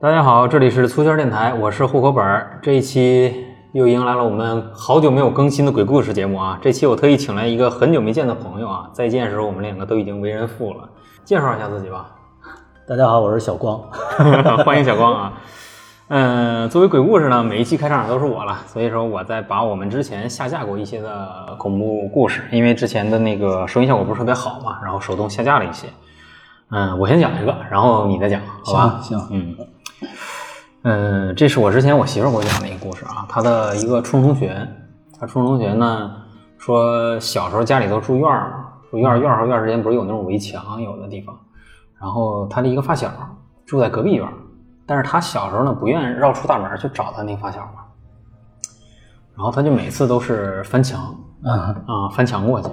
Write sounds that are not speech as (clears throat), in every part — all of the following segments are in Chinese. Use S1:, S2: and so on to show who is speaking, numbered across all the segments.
S1: 大家好，这里是粗圈电台，我是户口本儿。这一期又迎来了我们好久没有更新的鬼故事节目啊！这期我特意请来一个很久没见的朋友啊，再见的时候我们两个都已经为人父了。介绍一下自己吧， (laughs)
S2: 大家好，我是小光。
S1: 欢迎小光啊。嗯、作为鬼故事呢，每一期开场都是我了，所以说我在把我们之前下架过一些的恐怖故事，因为之前的那个收音效果不是特别好嘛，然后手动下架了一些。嗯，我先讲一个，然后你再讲，好吧？
S2: 行，
S1: 嗯，嗯，这是我之前我媳妇儿给我讲的一个故事啊。她的一个初中同学，她初中同学呢说小时候家里都住院儿嘛，住院儿院儿和院儿之间不是有那种围墙，有的地方。然后她的一个发小住在隔壁院儿，但是她小时候呢不愿意绕出大门儿去找她那个发小嘛，然后她就每次都是翻墙，
S2: 嗯
S1: 啊、翻墙过去。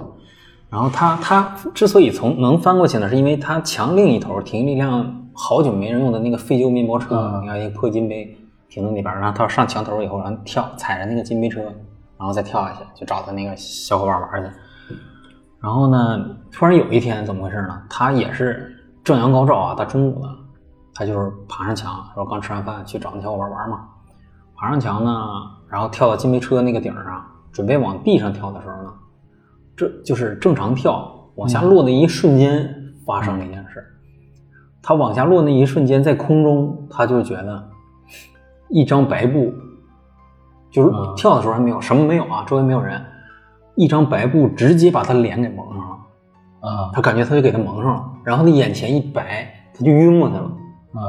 S1: 然后他他之所以从能翻过去呢，是因为他墙另一头停一辆好久没人用的那个废旧面包车，
S2: 啊
S1: 你看一个破金杯停在那边儿，然后他上墙头以后，然后跳踩着那个金杯车，然后再跳下去去找他那个小伙伴玩去。然后呢，突然有一天怎么回事呢？他也是正阳高照啊，他中午呢，他就是爬上墙，说刚吃完饭去找那小伙伴玩嘛。爬上墙呢，然后跳到金杯车那个顶儿上，准备往地上跳的时候呢，这就是正常跳往下落的一瞬间发生了一件事。他往下落那一瞬间，在空中他就觉得一张白布，就是
S2: 嗯
S1: 跳的时候还没有什么没有啊，周围没有人，一张白布直接把他脸给蒙上了。
S2: 啊
S1: 他感觉他就给他蒙上了，然后他眼前一白，他就晕过去了。
S2: 啊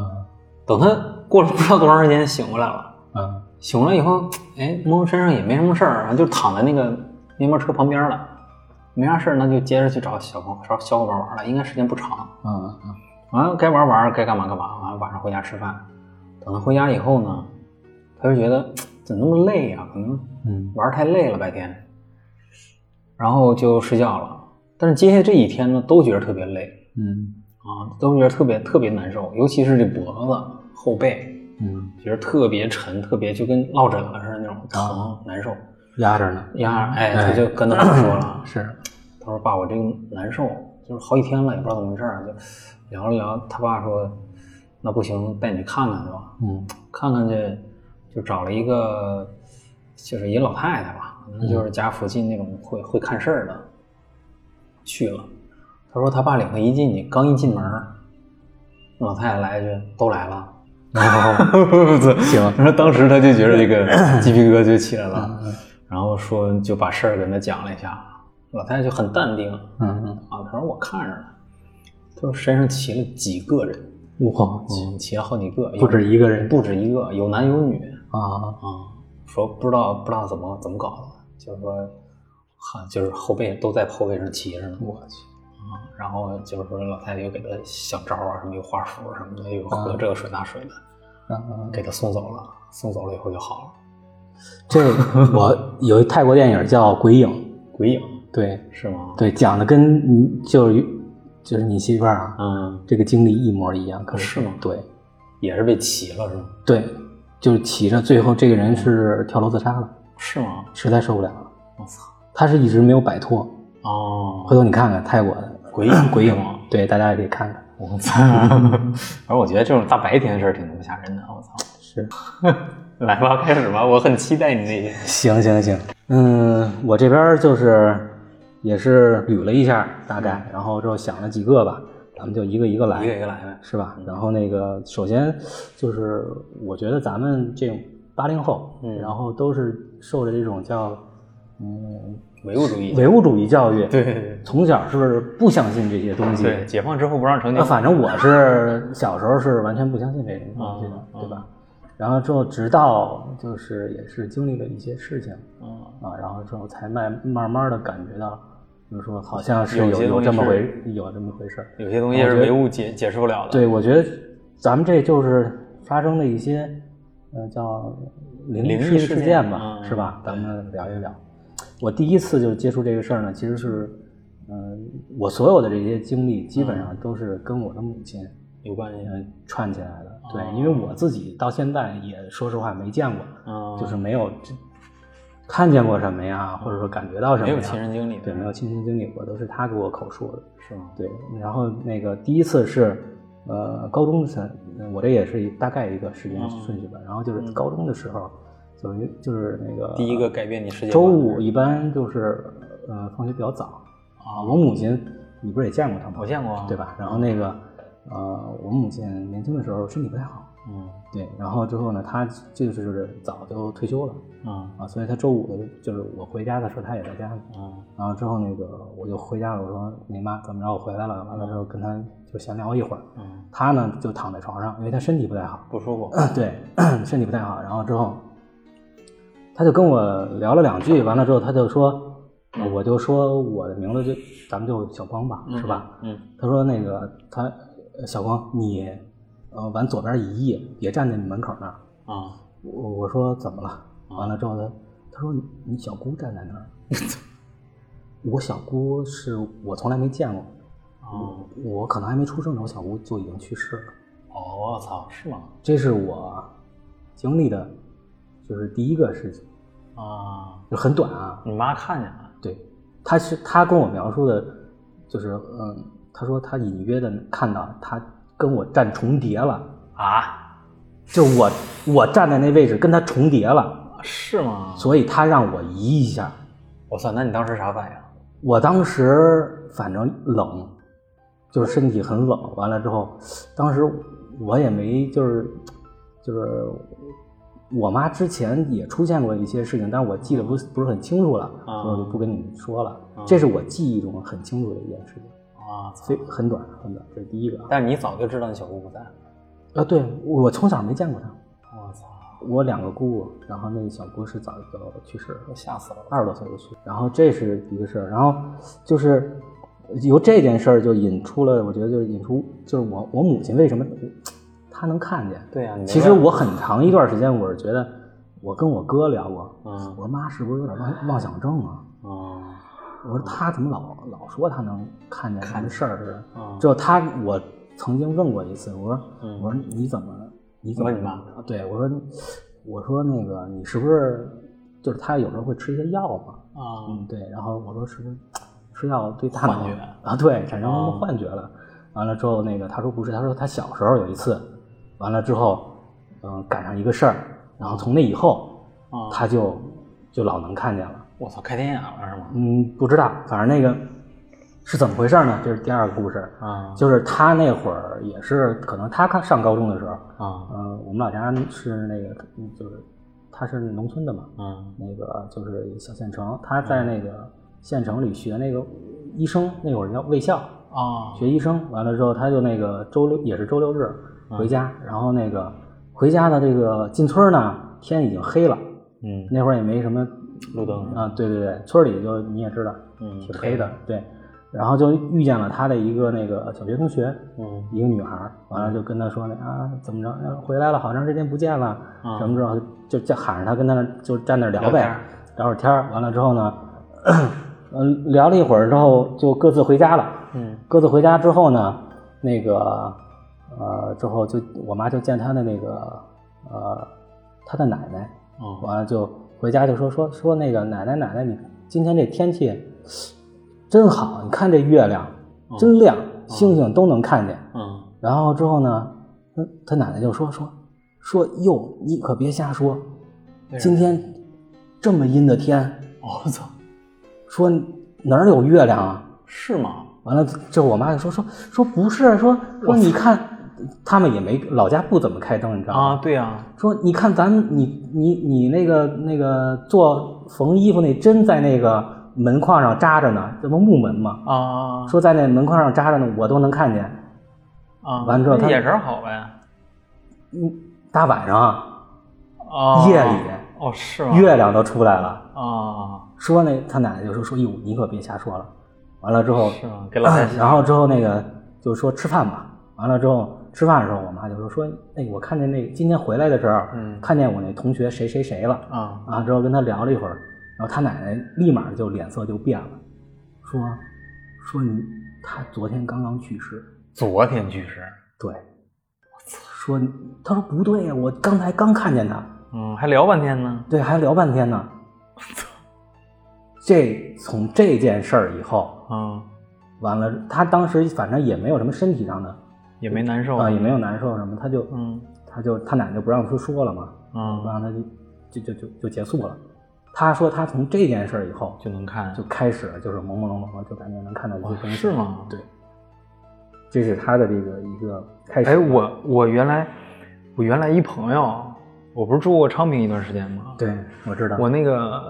S1: 等他过了不知道多长时间醒过来了，
S2: 啊
S1: 醒过来以后，哎，摸身上也没什么事儿，然后就躺在那个面包车旁边了，没啥事儿，那就接着去找小朋找小伙伴玩了，应该时间不长。
S2: 啊
S1: 完了该玩玩，该干嘛干嘛。完了晚上回家吃饭，等他回家以后呢，他就觉得怎么那么累啊？可能
S2: 嗯
S1: 玩儿太累了白天，然后就睡觉了。但是接下来这几天呢，都觉得特别累，
S2: 嗯
S1: 啊，都觉得特别特别难受，尤其是这脖子、后背，
S2: 嗯，
S1: 觉得特别沉，特别就跟落枕了似的那种疼、
S2: 啊
S1: 难受。
S2: 压着呢。
S1: 呀，哎，他
S2: 哎
S1: 就跟他爸说了， (clears throat)
S2: 是
S1: 他说：“爸，我这个难受，就是好几天了，也不知道怎么回事儿。”就聊了聊，他爸说：“那不行，带你去看看去吧。”
S2: 嗯
S1: 看看去，就找了一个，就是一老太太吧，可能
S2: 嗯
S1: 就是家附近那种会会看事儿的，去了。他说他爸领他一进去，刚一进门儿，老太太来一句：“都来了。”然后
S2: 哦 (laughs) 行
S1: 然后当时他就觉得这
S2: (laughs)
S1: 个鸡皮疙瘩就起来了，
S2: 嗯
S1: 然后说就把事儿跟他讲了一下，老太太就很淡定啊，
S2: 嗯
S1: 她说我看着了，她说身上骑了几个人，
S2: 嗯，哇，
S1: 骑骑了好几个，
S2: 不止一个人
S1: 不止一个，有男有女
S2: 啊
S1: 啊。说不知道不知道怎么怎么搞的，就是说，哈，就是后背都在后背上骑着呢
S2: 我去
S1: 啊。然后就是说老太太又给他想招啊，什么有画符什么的，又喝这个水那水的，
S2: 啊！ (laughs)
S1: 给他送走了。送走了以后就好了。
S2: 这我有一泰国电影叫《鬼影》，
S1: 鬼影
S2: 对
S1: 是吗？，
S2: 对，讲的跟你就是就是你媳妇儿啊，
S1: 嗯，
S2: 这个经历一模一样，可
S1: 是吗
S2: 对
S1: 也是被骑了是吗？
S2: 对，就是骑着，最后这个人是跳楼自杀了，
S1: 是吗？
S2: 实在受不了了，
S1: 我操！
S2: 他是一直没有摆脱。
S1: 哦，
S2: 回头你看看泰
S1: (clears throat)
S2: 国的
S1: 鬼
S2: (clears throat)
S1: 影
S2: 鬼影
S1: 吗？，
S2: 对，大家也可以看看。
S1: 我操！ (laughs) 反正我觉得这种大白天的事儿挺他妈吓人的，我操！
S2: 是，
S1: 来吧，开始吧，我很期待你那些。
S2: (laughs) 行行行，嗯，我这边儿就是也是捋了一下大概，然后之后想了几个吧，咱们就一个一个来，
S1: 嗯一个一个来呗。
S2: 是吧？然后那个首先就是我觉得咱们这种八零后，
S1: 嗯
S2: 然后都是受着这种叫嗯
S1: 唯物主义。
S2: 唯物主义教育，
S1: 对，对对
S2: 从小是不相信这些东西，
S1: 对，解放之后不让成年。
S2: 那呃反正我
S1: (laughs)
S2: 是小时候是完全不相信这个
S1: 啊
S2: 东西的，对
S1: 啊
S2: 吧？然后之后，直到就是也是经历了一些事情
S1: 嗯
S2: 啊，然后之后才慢慢慢的感觉到，就是说好像是
S1: 有
S2: 有
S1: 些东西
S2: 这么
S1: 是
S2: 回有这么回事儿。
S1: 有些东西是唯物解解释不了的。，
S2: 对，我觉得咱们这就是发生的一些，呃，叫灵
S1: 灵异事
S2: 异事
S1: 件
S2: 件吧，
S1: 嗯
S2: 是吧？
S1: 对
S2: 咱们聊一聊。我第一次就接触这个事儿呢，其实是，嗯、我所有的这些经历基本上
S1: 啊
S2: 都是跟我的母亲，
S1: 有关系。
S2: 嗯，串起来的。
S1: 哦
S2: 对，因为我自己到现在也说实话没见过，
S1: 嗯，
S2: 就是没有这看见过什么呀，或者说感觉到什么
S1: 没
S2: 呀，
S1: 有亲身经历的。
S2: 对，没有亲身经历过，都是她给我口述的。
S1: 是吗？
S2: 对，然后那个第一次是，呃，高中的，我这也是一大概一个时间
S1: 哦
S2: 顺序吧。然后就是高中的时候，就是就是那个
S1: 嗯第一个改变你世界
S2: 周
S1: 观的
S2: 五一般就是呃放学比较早啊。我母亲，你不是也见过她吗？
S1: 哦我见过啊
S2: 对吧？然后那个呃，我母亲年轻的时候身体不太好，
S1: 嗯
S2: 对，然后之后呢，她就是早就退休了
S1: 嗯
S2: 啊，所以她周五的就是我回家的时候，她也在家呢。
S1: 嗯
S2: 然后之后那个我就回家了，我说你妈怎么着，我回来了。完了之后跟她就闲聊一会儿，
S1: 嗯，
S2: 她呢就躺在床上，因为她身体不太好， (clears throat)
S1: 不舒服，
S2: 对，身体不太好。然后之后，他就跟我聊了两句，完了之后他就说，我就说我的名字就咱们就小光吧，呃是吧？？
S1: 嗯
S2: 他说那个他呃小光，你呃往左边移一移，别站在你门口那儿。
S1: 啊
S2: 我我说怎么了？
S1: 嗯
S2: 完了之后他他说你你小姑站在那儿， (laughs) 我小姑是我从来没见过，
S1: 哦
S2: 我可能还没出生呢，我小姑就已经去世了。
S1: 哦，我操，是吗？
S2: 这是我经历的，就是第一个事情，
S1: 啊，
S2: 就很短啊。
S1: 你妈看见了，
S2: 对，他是他跟我描述的，就是嗯，他说他隐约的看到他跟我站重叠了，
S1: 啊？
S2: 就我我站在那位置跟他重叠了，
S1: 是吗？
S2: 所以他让我移一下。
S1: 我操，那你当时啥反应？
S2: 我当时反正冷，就是身体很冷。完了之后，当时我也没就是就是我妈之前也出现过一些事情，但我记得不是不是很清楚了，
S1: 啊
S2: 所以我就不跟你们说了
S1: 啊。
S2: 这是我记忆中很清楚的一件事情，
S1: 啊，操
S2: 所以很短很短，这是第一个啊。
S1: 但是你早就知道你小姑不在。
S2: 啊，对我从小没见过她，
S1: 我操，
S2: 我两个姑姑，然后那个小姑是早就去世了。
S1: 我吓死了。
S2: 二十多岁就去，然后这是一个事儿，然后就是由这件事儿就引出了，我觉得就引出就是我我母亲为什么她能看见？
S1: 对呀、你没
S2: 其实
S1: 问
S2: 我很长一段时间我是觉得，我跟我哥聊过，我
S1: 嗯
S2: 说妈是不是有点妄妄想症啊？
S1: 嗯
S2: 我说她怎么老老说她能看见什么事儿似的？
S1: 嗯，
S2: 之后她我曾经问过一次，我说
S1: 嗯
S2: 我说你怎么你怎么
S1: 问你妈？
S2: 对我说我说那个你是不是就是她有时候会吃一些药嘛？嗯，
S1: 嗯
S2: 对。然后我说是不是吃药对大脑
S1: 幻觉
S2: 啊？对，产生
S1: 哦
S2: 幻觉了。完了之后，那个他说不是，他说他小时候有一次，完了之后，嗯、赶上一个事儿，然后从那以后，
S1: 啊，
S2: 他就就老能看见了。
S1: 我操，开天眼了是吗？
S2: 嗯，不知道，反正那个是怎么回事呢？这是第二个故事，
S1: 啊
S2: 就是他那会儿也是，可能他看上高中的时候，
S1: 啊
S2: 呃，我们老家是那个就是他是农村的嘛，
S1: 嗯
S2: 那个就是小县城，他在那个县城里学那个医生，那会儿叫卫校，
S1: 啊
S2: 学医生。完了之后，他就那个周六也是周六日
S1: 嗯
S2: 回家，然后那个回家的这个进村儿呢，天已经黑了，
S1: 嗯
S2: 那会儿也没什么
S1: 路灯
S2: 啊，对对对，村儿里就你也知道，
S1: 嗯
S2: 挺黑的，对。然后就遇见了他的一个那个小学同学，
S1: 嗯
S2: 一个女孩儿，完了就跟他说那啊怎么着，哎回来了，好长时间不见了，
S1: 嗯
S2: 什么之后就叫喊着他跟他那儿就站那儿聊
S1: 聊天
S2: 呗
S1: 儿，
S2: 聊会儿天儿。完了之后呢，嗯，聊了一会儿之后就各自回家了。
S1: 嗯
S2: 各自回家之后呢，那个呃之后就我妈就见他的那个呃他的奶奶，
S1: 嗯
S2: 完了就回家就说说说那个奶奶奶奶，你今天这天气真好，你看这月亮
S1: 哦
S2: 真亮，星星都能看见。
S1: 嗯
S2: 然后之后呢，他他奶奶就说说说哟，你可别瞎说，
S1: 为啥哦
S2: 今天这么阴的天，
S1: 我操，
S2: 说哪儿有月亮啊？
S1: 是吗？
S2: 完了，这我妈就说说说不是，说说你看，他们也没老家不怎么开灯，你知道吗？
S1: 啊，对呀、
S2: 说你看咱们你你你那个那个做缝衣服那针在那个门框上扎着呢，这不木门吗？
S1: 啊啊
S2: 说在那门框上扎着呢，我都能看见。
S1: 啊，
S2: 完之后他
S1: 眼神好呗。
S2: 嗯，大晚上啊
S1: 啊，
S2: 夜里
S1: 哦是吗？
S2: 月亮都出来了。
S1: 啊
S2: 说那他奶奶就说说哟，你可别瞎说了。完了之后，哎
S1: 是吗？给老太
S2: 然后之后那个就说吃饭吧。完了之后吃饭的时候，我妈就说说，哎，我看见那今天回来的时候，
S1: 嗯
S2: 看见我那同学谁谁谁了。
S1: 啊
S2: 啊，之后跟他聊了一会儿，然后他奶奶立马就脸色就变了，说说你他昨天刚刚去世，
S1: 昨天去世，
S2: 对，说你他说不对呀，我刚才刚看见他，
S1: 嗯，还聊半天呢。
S2: 对，还聊半天呢。 (laughs) 这从这件事儿以后，
S1: 嗯
S2: 完了，他当时反正也没有什么身体上的
S1: 也没难受
S2: 啊、也没有难受什么，他就
S1: 嗯
S2: 他就他奶就不让他说了嘛，不
S1: 嗯，
S2: 让他就就就就就结束了。他说他从这件事儿以后
S1: 就能看
S2: 就开始就是朦朦胧胧的，就感觉能看到一些
S1: 哇
S2: 东西。
S1: 是？吗？
S2: 对，这是他的这个一个开始。
S1: 哎，我我原来我原来一朋友，我不是住过昌平一段时间吗？
S2: 对我知道，
S1: 我那个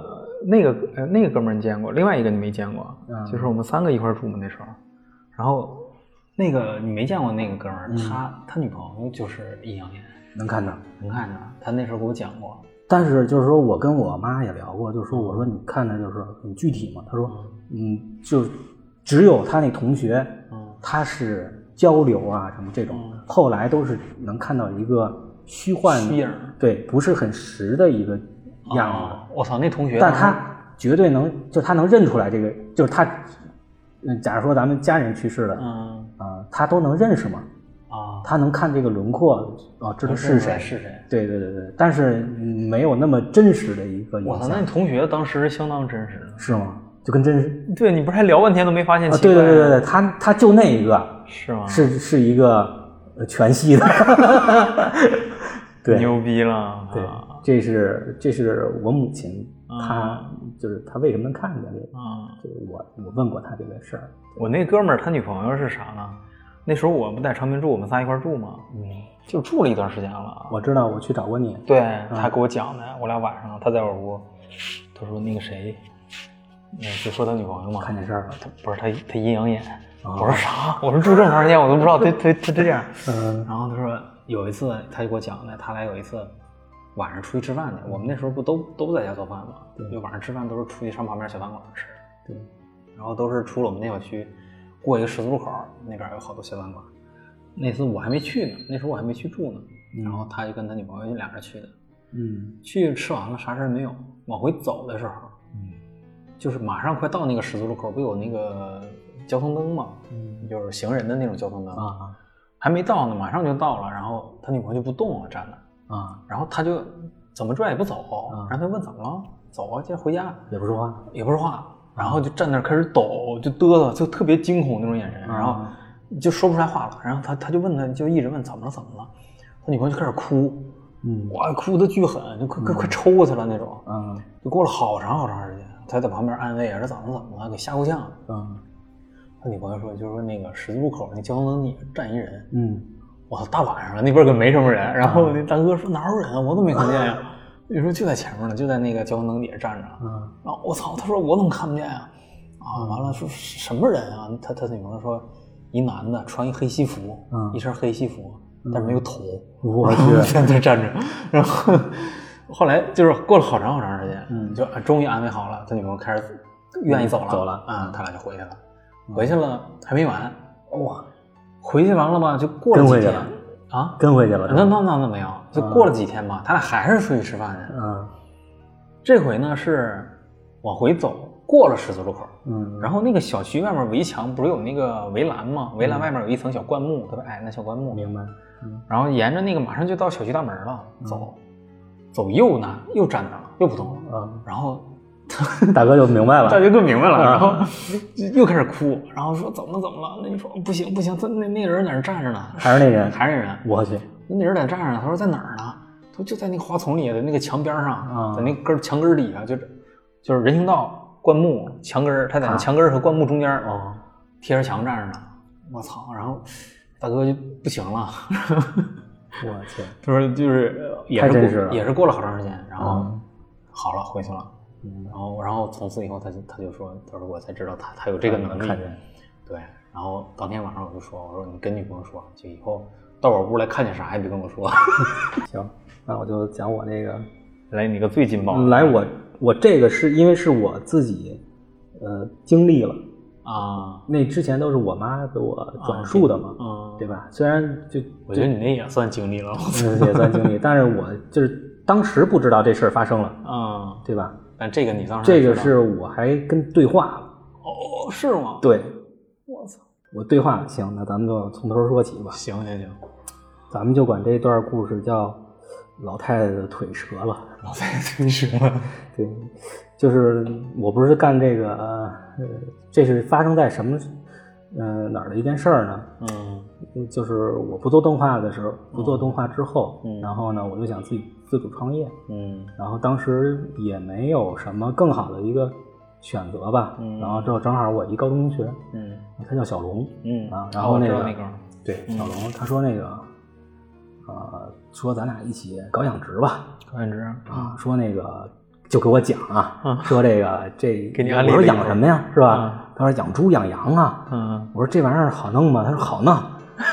S1: 那个呃那个哥们儿你见过，另外一个你没见过，
S2: 嗯
S1: 就是我们三个一块儿住嘛那时候，然后那个你没见过那个哥们儿，
S2: 嗯
S1: 他他女朋友就是阴阳眼，
S2: 能看到。
S1: 能看着，他那时候给我讲过，
S2: 但是就是说我跟我妈也聊过，就是说我说你看着就是很具体嘛，她说嗯，就只有她那同学，
S1: 嗯
S2: 他是交流啊什么这种
S1: 嗯，
S2: 后来都是能看到一个虚幻
S1: 虚影儿
S2: 对，不是很实的一个样子。
S1: 啊我操，那同学
S2: 但
S1: 当时，
S2: 他绝对能，就他能认出来这个，就是他，嗯，假如说咱们家人去世了，啊、
S1: 嗯
S2: 他都能认识嘛，
S1: 啊，
S2: 他能看这个轮廓，啊，知道是谁，
S1: 哦是谁？
S2: 对对对对，但是嗯没有那么真实的一个
S1: 嗯我
S2: 影
S1: 操，那
S2: 像
S1: 你，同学当时相当真实的。
S2: 是吗？就跟真实，
S1: 对，你不是还聊半天都没发现
S2: 啊，
S1: 奇怪？
S2: 对对对对对，他他就那一个，
S1: 是吗？
S2: 是是一个呃全息的， (laughs) 对
S1: 牛逼了。
S2: 对
S1: 啊，
S2: 这是这是我母亲，
S1: 嗯
S2: 她就是她为什么能看见这个？
S1: 嗯
S2: 这个我我问过她这个事儿，
S1: 我那哥们儿他女朋友是啥呢？那时候我不在昌平住，我们仨一块儿住嘛，
S2: 嗯，
S1: 就住了一段时间了。
S2: 我知道我去找过你，
S1: 对他给我讲的，我俩晚上他在我屋，他说那个谁，嗯，就说他女朋友嘛，
S2: 看见事儿了，
S1: 他不是他他阴阳眼。
S2: 哦
S1: 我说啥？我说住这么长时间，我都不知道他他他他这样。
S2: 嗯
S1: 然后他说有一次，他就给我讲的，他俩有一次晚上出去吃饭去，我们那时候不都都在家做饭吗？
S2: 对
S1: 就晚上吃饭都是出去上旁边小饭馆吃，
S2: 对，
S1: 然后都是出了我们那小区，过一个十字路口，那边有好多小饭馆。那次我还没去呢，那时候我还没去住呢。
S2: 嗯
S1: 然后他就跟他女朋友俩人去的，
S2: 嗯
S1: 去吃完了啥事儿没有，往回走的时候，就是马上快到那个十字路口，不有那个交通灯吗？
S2: 嗯
S1: 就是行人的那种交通灯，
S2: 啊
S1: 还没到呢，马上就到了。然后他女朋友就不动了，站那儿。
S2: 啊，
S1: 然后他就怎么拽也不走，
S2: 嗯
S1: 然后他问怎么了，走啊，接着回家，
S2: 也不说话，
S1: 也不说话，然后就站那儿开始抖，就嘚瑟，就特别惊恐那种眼神，
S2: 嗯
S1: 然后就说不出来话了。然后他他就问他，就一直问怎么了怎么了，他女朋友就开始哭，
S2: 嗯
S1: 哇，哭的巨狠，就快快快抽过去了那种。
S2: 嗯
S1: 就过了好长好长时间，他在旁边安慰啊，说怎么怎么了，给吓够呛。
S2: 嗯
S1: 他女朋友说，就是说那个十字路口那交通灯底下站一人，
S2: 嗯，
S1: 我操，大晚上了，那边可没什么人。然后那大哥说哪有人啊，我怎么没看见呀、你说就在前面呢，就在那个交通灯底下站着。
S2: 嗯
S1: 然后我操，他说我怎么看不见呀、啊？完了说什么人啊？他他女朋友说一男的穿一黑西服，
S2: 嗯
S1: 一身黑西服，但是没有头，
S2: 我
S1: 然后 (laughs)
S2: 去，
S1: 在那儿站着。然后后来就是过了好长好长时间，
S2: 嗯
S1: 就终于安慰好了，他女朋友开始愿意走了，
S2: 走了
S1: 啊、他俩就回去了，回去了还没完，
S2: (laughs) 哇，
S1: 回去完了吧，就过了
S2: 跟
S1: 几
S2: 回去
S1: 天
S2: 了
S1: 啊，
S2: 跟回去了，
S1: 那那那那没有，就过了几天吧，他俩还是出去吃饭去。
S2: 嗯
S1: 这回呢是往回走，过了十字路口，
S2: 嗯，
S1: 然后那个小区外面围墙不是有那个围栏吗？围栏外面有一层小灌木，特别矮那小灌木。
S2: 明白，嗯
S1: 然后沿着那个马上就到小区大门了，走，走右呢又站那儿了，又不动了。
S2: 嗯，
S1: 然后
S2: 大哥就明白
S1: (laughs) 大
S2: 了，
S1: 学更明白了，
S2: 啊
S1: 然后就又开始哭，然后说怎么了怎么了？那你说不行不行，他那那人在那儿站着呢，
S2: 还是那人，
S1: 还是那人。
S2: 我去，
S1: 那人在这儿呢，他说在哪儿呢？他说就在那个花丛里的那个墙边上，
S2: 啊
S1: 在那根儿墙根儿底下，就是就是人行道、灌木、墙根儿，他
S2: 啊
S1: 在那墙根儿和灌木中间、儿
S2: 哦，
S1: 贴着墙站着呢。我操！然后大哥就不行了， (laughs)
S2: 我去，
S1: 他说就是呃也
S2: 太
S1: 是
S2: 真
S1: 过
S2: 实了
S1: 也是过了好长时间，然后、
S2: 嗯
S1: 好了回去了，
S2: 明白
S1: 然后然后从此以后他就他就说，他说我才知道他他有这个能力
S2: 啊嗯看见，
S1: 对。然后当天晚上我就说，我说你跟女朋友说，就以后到我屋来看见啥也别跟我说。
S2: 行，那我就讲我那个
S1: 来你个最劲爆的
S2: 来我我这个是因为是我自己，呃，经历了，
S1: 啊，
S2: 那之前都是我妈给我转述的嘛，
S1: 嗯，
S2: 啊对吧？虽然就
S1: 我觉得你那也算经历了，
S2: 嗯也算经历，但是我就是当时不知道这事儿发生了，
S1: 嗯，
S2: 对吧？
S1: 但这个你当时
S2: 这个
S1: 啊知道
S2: 是我还跟对话了，
S1: 哦，是吗？
S2: 对
S1: 我操，
S2: 我对话了行，那咱们就从头说起吧，
S1: 行行行，
S2: 咱们就管这段故事叫老太太的腿折了。
S1: 老太太推迟了，
S2: 对，就是我不是干这个，呃，这是发生在什么嗯、哪儿的一件事儿呢？
S1: 嗯
S2: 嗯就是我不做动画的时候，不做动画之后，
S1: 嗯
S2: 然后呢，我就想自己自主创业，
S1: 嗯
S2: 然后当时也没有什么更好的一个选择吧，
S1: 嗯
S2: 然后之后正好我一高中同学，
S1: 嗯
S2: 他叫小龙，
S1: 嗯
S2: 啊然
S1: 然
S2: 后
S1: 后
S2: 那个
S1: 那个
S2: 对，
S1: 嗯
S2: 小龙他说那个，呃，说咱俩一起搞养殖吧，
S1: 高远之
S2: 啊，说那个就给我讲啊，
S1: 嗯
S2: (laughs) 说这个这
S1: 给你安利
S2: 我说
S1: 了一
S2: 养
S1: 会儿
S2: 什么呀，是吧？
S1: 嗯
S2: 他说养猪养羊啊，
S1: 嗯
S2: 我说这玩意儿好弄吗？他说好弄。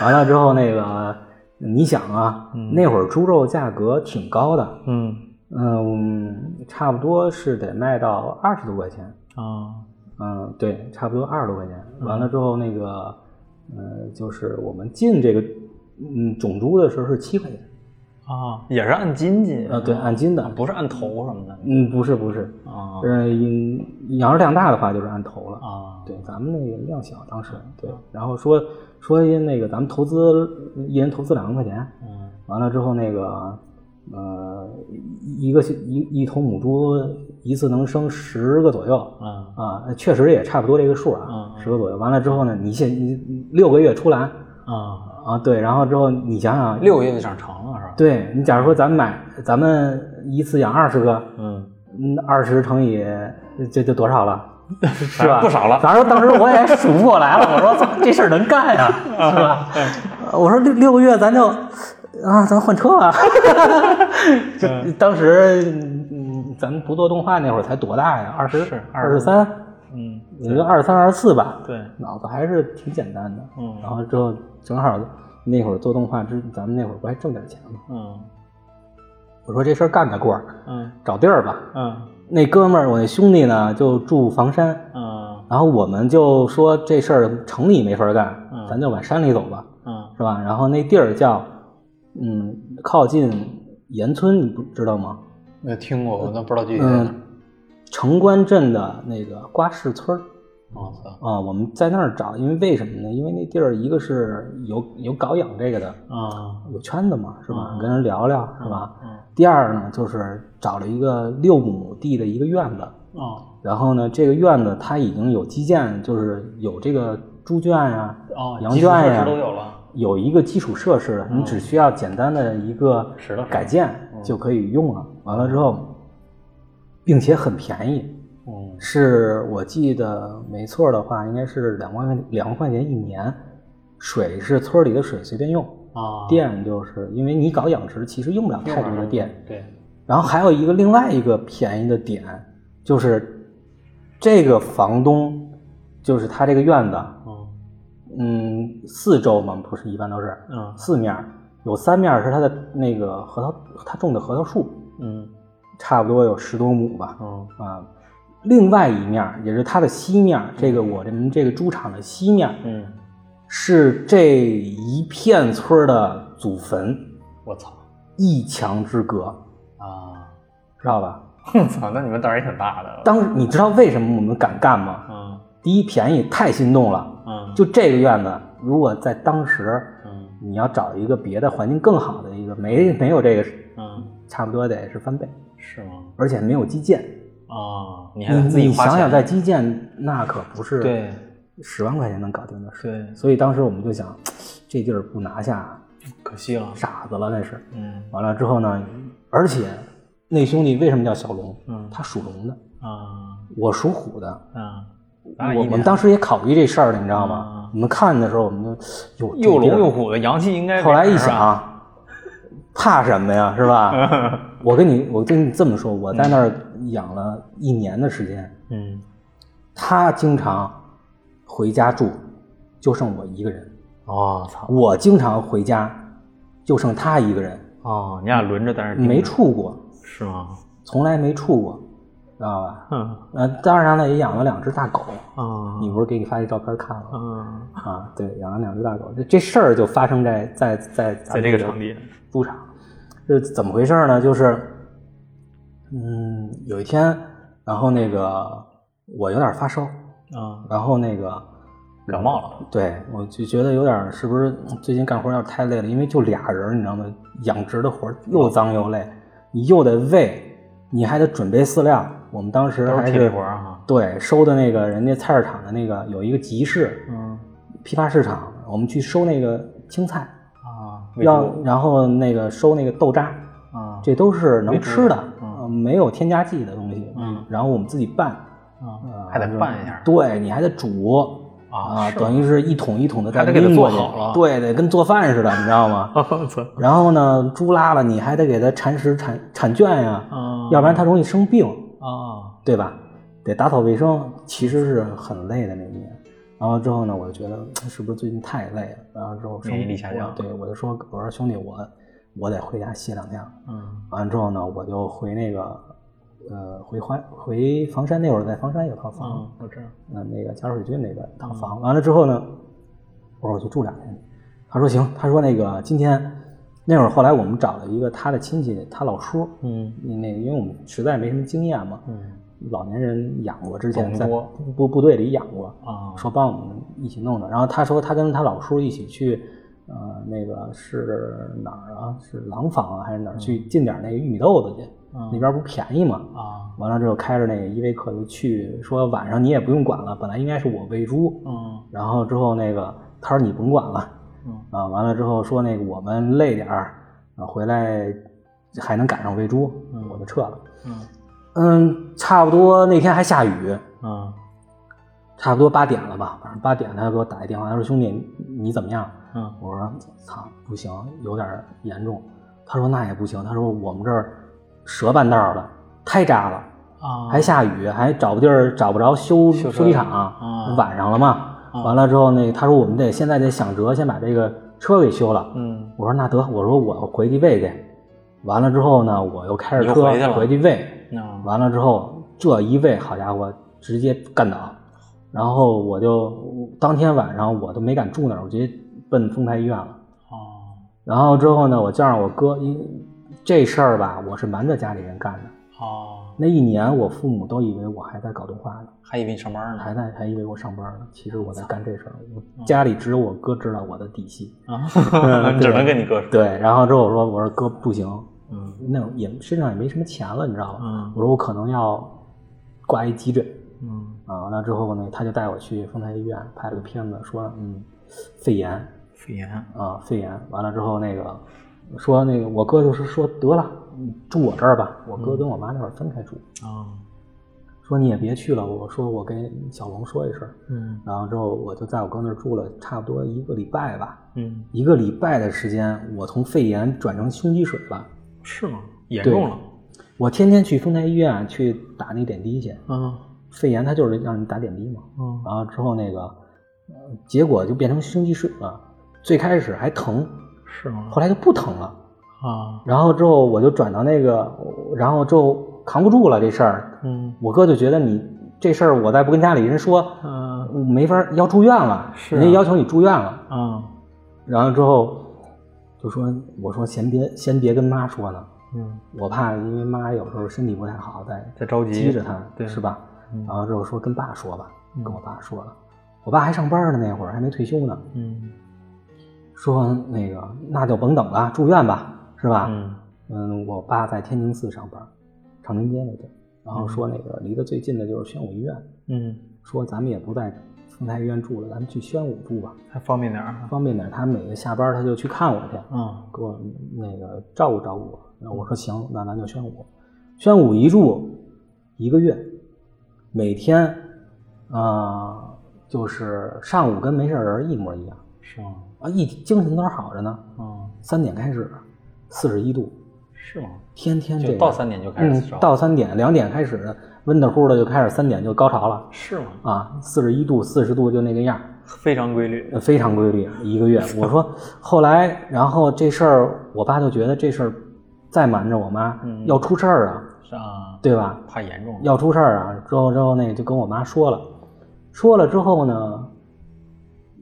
S2: 完了之后，那个你想啊，
S1: 嗯
S2: 那会儿猪肉价格挺高的，
S1: 嗯
S2: 嗯，差不多是得卖到二十多块钱，
S1: 啊
S2: 嗯，对，差不多二十多块钱。完了之后，那个，呃，就是我们进这个，嗯，种猪的时候是七块钱，
S1: 啊也是按斤斤
S2: 呃，对，按斤的，
S1: 不是按头什么的
S2: 嗯，不是不是，
S1: 啊
S2: 呃，你要是量大的话就是按头了，
S1: 啊
S2: 对，咱们那个量小，当时对，然后说说那个咱们投资一人投资两万块钱，
S1: 嗯
S2: 完了之后那个呃一一个一一头母猪一次能生十个左右
S1: 嗯
S2: 啊，确实也差不多这个数
S1: 嗯
S2: 啊，
S1: 嗯
S2: 十个左右。完了之后呢，你现你你六个月出栏
S1: 啊
S2: 啊，对，然后之后你想想，
S1: 六个月就长长了是吧？
S2: 对你假如说咱买咱们一次养二十个，
S1: 嗯
S2: 嗯，二十乘以这这多少了？是吧？
S1: (laughs) 不少了
S2: 反正当时我也数不过来了，我说操，这事儿能
S1: (laughs)
S2: 干呀，
S1: 啊
S2: 是吧？我说六六个月咱就啊，咱换车吧。
S1: (laughs)
S2: 就当时嗯，咱们不做动画那会儿才多大呀？二十
S1: 是
S2: 二十三，
S1: 嗯
S2: 也就二十三二十四吧。
S1: 对
S2: 脑子还是挺简单的。
S1: 嗯
S2: 然后之后正好那会儿做动画之，咱们那会儿不还挣点钱吗？
S1: 嗯
S2: 我说这事儿干得过，
S1: 嗯
S2: 找地儿吧。
S1: 嗯
S2: 那哥们儿，我那兄弟呢，就住房山。
S1: 嗯
S2: 然后我们就说这事儿城里没法干，
S1: 嗯
S2: 咱就往山里走吧，
S1: 嗯
S2: 是吧？然后那地儿叫，嗯，靠近盐村，你不知道吗？
S1: 没听过，我都不知道具体
S2: 嗯，城关镇的那个瓜市村儿
S1: 我操
S2: 啊、我们在那儿找，因为为什么呢？因为那地儿一个是有有搞养这个的，
S1: 啊
S2: 有圈子嘛，是吧？
S1: 嗯
S2: 跟人聊聊，是吧？
S1: 嗯
S2: 第二呢，就是找了一个六亩地的一个院子，
S1: 哦
S2: 然后呢，这个院子它已经有基建，就是有这个猪圈呀、
S1: 哦
S2: 羊圈呀、
S1: 都有了
S2: 有一个基础设施了，你只需要简单的一个
S1: 嗯石头上嗯
S2: 改建就可以用了。完了之后，并且很便宜，
S1: 嗯
S2: 是我记得没错的话，应该是两万块两万块钱一年，水是村里的水随便用，
S1: 啊
S2: 电就是因为你搞养殖，其实用不了太多的电，
S1: 对
S2: 然后还有一个另外一个便宜的点，就是这个房东，就是他这个院子，
S1: 嗯
S2: 嗯，四周嘛，不是一般都是
S1: 嗯
S2: 四面儿，有三面儿是他的那个核桃，他种的核桃树，
S1: 嗯
S2: 差不多有十多亩吧，
S1: 嗯
S2: 啊，另外一面儿也是他的西面儿，这个我这这个猪场的西面儿
S1: 嗯
S2: 是这一片村儿的祖坟，
S1: 我操
S2: 一墙之隔，
S1: 啊
S2: 知道吧？
S1: 我操那你们胆儿也挺大的
S2: 当你知道为什么我们敢干吗？
S1: 嗯
S2: 第一便宜太心动了，
S1: 嗯
S2: 就这个院子，如果在当时
S1: 嗯
S2: 你要找一个别的环境更好的一个，没没有这个，
S1: 嗯
S2: 差不多得是翻倍，
S1: 是吗
S2: 而且没有基建，
S1: 啊你还
S2: 你
S1: 得自己
S2: 嗯你
S1: 花
S2: 想
S1: 钱
S2: 想在基建那可不是
S1: 对
S2: 十万块钱能搞定的事，
S1: 对
S2: 所以当时我们就想，这地儿不拿下
S1: 可惜了
S2: 傻子了那是。
S1: 嗯
S2: 完了之后呢，而且那兄弟为什么叫小龙？
S1: 嗯
S2: 他属龙的，
S1: 啊
S2: 我属虎的，
S1: 啊咱俩
S2: 我
S1: 一
S2: 我们
S1: 年
S2: 当时也考虑这事儿了，你知道吗
S1: 啊？
S2: 我们看的时候，我们就哟，这
S1: 又
S2: 地儿
S1: 龙又虎的阳气应该啊
S2: 后来一
S1: 是吧
S2: 想，啊怕什么呀，是吧？
S1: (laughs)
S2: 我跟你，我跟你这么说，我在那儿养了一年的时间，
S1: 嗯
S2: 他经常回家住，就剩我一个人；
S1: 哦操
S2: 我经常回家，就剩他一个人，
S1: 哦你俩轮着在那儿盯着
S2: 没处过，
S1: 是吗
S2: 从来没处过，知道吧？
S1: 嗯
S2: 呃，当然了，也养了两只大狗，
S1: 啊
S2: 你不是给你发一照片看了吗？
S1: 嗯
S2: 啊，对，养了两只大狗，这这事儿就发生在在在
S1: 在
S2: 咱们
S1: 这个场地
S2: 猪场，这怎么回事呢？就是，嗯，有一天，然后那个我有点发烧，
S1: 啊
S2: 然后那个
S1: 感冒了
S2: 对我就觉得有点是不是嗯最近干活有点太累了，因为就俩人儿，你知道吗？养殖的活儿又脏又累，你又得喂，你还得准备饲料。我们当时
S1: 都是
S2: 还
S1: 体力
S2: 是
S1: 活儿哈啊
S2: 对收的那个人家菜市场的那个有一个集市，
S1: 嗯
S2: 批发市场，我们去收那个青菜，
S1: 啊，喂
S2: 要
S1: 猪
S2: 然后那个收那个豆渣，
S1: 啊，
S2: 这都是能
S1: 喂猪
S2: 吃的，
S1: 嗯
S2: 呃没有添加剂的东西。
S1: 嗯
S2: 然后我们自己拌，
S1: 啊
S2: 呃，
S1: 还得拌一下
S2: 对你还得煮
S1: 啊，是吗
S2: 等于是一桶一桶的再
S1: 还得给它
S2: 拎过
S1: 做
S2: 去
S1: 好了
S2: 对，得跟做饭似的，你知道吗？
S1: (laughs) 我操
S2: 然后呢，猪拉了你还得给它铲屎铲铲圈呀、
S1: 啊
S2: 嗯要不然它容易生病，
S1: 啊，
S2: 对吧？得打扫卫生，其实是很累的那一年。然后之后呢，我就觉得嗯是不是最近太累了？然后之后
S1: 免疫
S2: 兄
S1: 力下降
S2: 我对我就说，我说兄弟，我我得回家歇两天。
S1: 嗯
S2: 完了之后呢，我就回那个呃回环回房山那会儿，在房山有套房，
S1: 啊，我知道，
S2: 嗯、那个贾水军那边套
S1: 嗯
S2: 房。完了之后呢，我说我去住两天，他说行，他说那个今天那会儿后来我们找了一个他的亲戚，他老叔，
S1: 嗯
S2: 那个因为我们实在没什么经验嘛，
S1: 嗯
S2: 老年人养过，之前
S1: 懂
S2: 在
S1: 多
S2: 部部部队里养过，
S1: 啊，
S2: 说帮我们一起弄的。然后他说他跟他老叔一起去，呃，那个是哪儿啊？是廊坊啊，还是哪儿去进点那个玉米豆子去？
S1: 嗯
S2: 那边不便宜嘛。
S1: 啊
S2: 完了之后开着那个依维柯就去，说晚上你也不用管了，本来应该是我喂猪，
S1: 嗯
S2: 然后之后那个他说你甭管了
S1: 嗯
S2: 啊，完了之后说那个我们累点儿啊，回来还能赶上喂猪，
S1: 嗯
S2: 我就撤了。
S1: 嗯
S2: 嗯，差不多那天还下雨，
S1: 嗯
S2: 差不多八点了吧，晚上八点他给我打一电话，他说兄弟你你怎么样？
S1: 嗯
S2: 我说操不行，有点严重。他说那也不行，他说我们这儿折半道了，太渣了，
S1: 啊，
S2: 还下雨，还找不地儿找不着修
S1: 修车
S2: 修理厂，
S1: 啊
S2: 晚上了嘛。
S1: 啊
S2: 完了之后那他说我们得现在得想辙，先把这个车给修了。
S1: 嗯
S2: 我说那得，我说我回去喂去。完了之后呢，我又开着
S1: 你又
S2: 车
S1: 回去了
S2: 去喂。
S1: 啊
S2: 完了之后，这一喂，好家伙，直接干倒。然后我就当天晚上我都没敢住那儿，我直接奔丰台医院了。
S1: 啊
S2: 然后之后呢，我叫上我哥，因这事儿吧，我是瞒着家里人干的。
S1: 啊，
S2: 那一年，我父母都以为我还在搞动画呢，
S1: 还以为你上班 (laughs) 呢
S2: 还在还以为我上班呢。其实我在干这事儿，我家里只有我哥知道我的底细。
S1: 啊
S2: 嗯，
S1: 只
S2: 对
S1: 能跟你哥说，
S2: 对，然后之后我说，我说哥不行，
S1: 嗯
S2: 那会儿也身上也没什么钱了，你知道吧？
S1: 嗯
S2: 我说我可能要挂一急诊。
S1: 嗯，
S2: 啊，完了之后呢，他就带我去丰台医院拍了个片子，说嗯，肺炎
S1: 肺炎
S2: 啊，肺炎。完了之后那个说那个我哥就是说得了，你住我这儿吧。我哥跟我妈那会儿分开住，哦
S1: 啊，
S2: 说你也别去了。我说我跟小龙说一声。
S1: 嗯
S2: 然后之后我就在我哥那儿住了差不多一个礼拜吧，
S1: 嗯，
S2: 一个礼拜的时间，我从肺炎转成胸积水了。
S1: 是吗？严
S2: 对
S1: 重了，
S2: 我天天去丰台医院去打那点滴去，
S1: 啊
S2: 肺炎它就是让你打点滴嘛。
S1: 嗯
S2: 然后之后那个，呃结果就变成胸积水了。最开始还疼，
S1: 是吗？
S2: 后来就不疼了。
S1: 啊
S2: 然后之后我就转到那个，然后之后扛不住了这事儿，
S1: 嗯
S2: 我哥就觉得你这事儿我再不跟家里人说，
S1: 嗯
S2: 我没法要住院了，
S1: 是啊
S2: 人家要求你住院了。
S1: 啊
S2: 然后之后就说，我说先别先别跟妈说呢，
S1: 嗯，
S2: 我怕因为妈有时候身体不太好，再
S1: 在着急
S2: 激着她，
S1: 对
S2: 是吧？
S1: 嗯
S2: 然后之后说跟爸说吧，
S1: 嗯
S2: 跟我爸说了，我爸还上班呢，那会儿还没退休呢。
S1: 嗯
S2: 说那个那就甭等了，住院吧，是吧？
S1: 嗯
S2: 嗯我爸在天宁寺上班，长宁街那边。然后说那个离得最近的就是宣武医院，
S1: 嗯，
S2: 说咱们也不在丰台医院住了，咱们去宣武住吧，
S1: 还方便点儿啊，
S2: 方便点。他每个下班他就去看我去，
S1: 嗯
S2: 给我那个照顾照顾我。然后我说行，那咱就宣武，宣武一住一个月，每天，呃，就是上午跟没事人一模一样
S1: 是吗？
S2: 啊，一精神都是好着呢。
S1: 嗯
S2: 三点开始，四十一度，
S1: 是吗？
S2: 天天这
S1: 就
S2: 个
S1: 到三点就开始烧
S2: 嗯，到三点两点开始，温的乎的就开始三点就高潮了
S1: 是吗？
S2: 啊，四十一度四十度就那个样儿，
S1: 非常规律
S2: 呃非常规律，一个月。我说
S1: (laughs)
S2: 后来，然后这事儿，我爸就觉得这事儿再瞒着我妈、
S1: 嗯
S2: 要出事儿啊，
S1: 是啊，
S2: 对吧？
S1: 怕严重
S2: 要出事儿啊，之后之后那个就跟我妈说了，说了之后呢，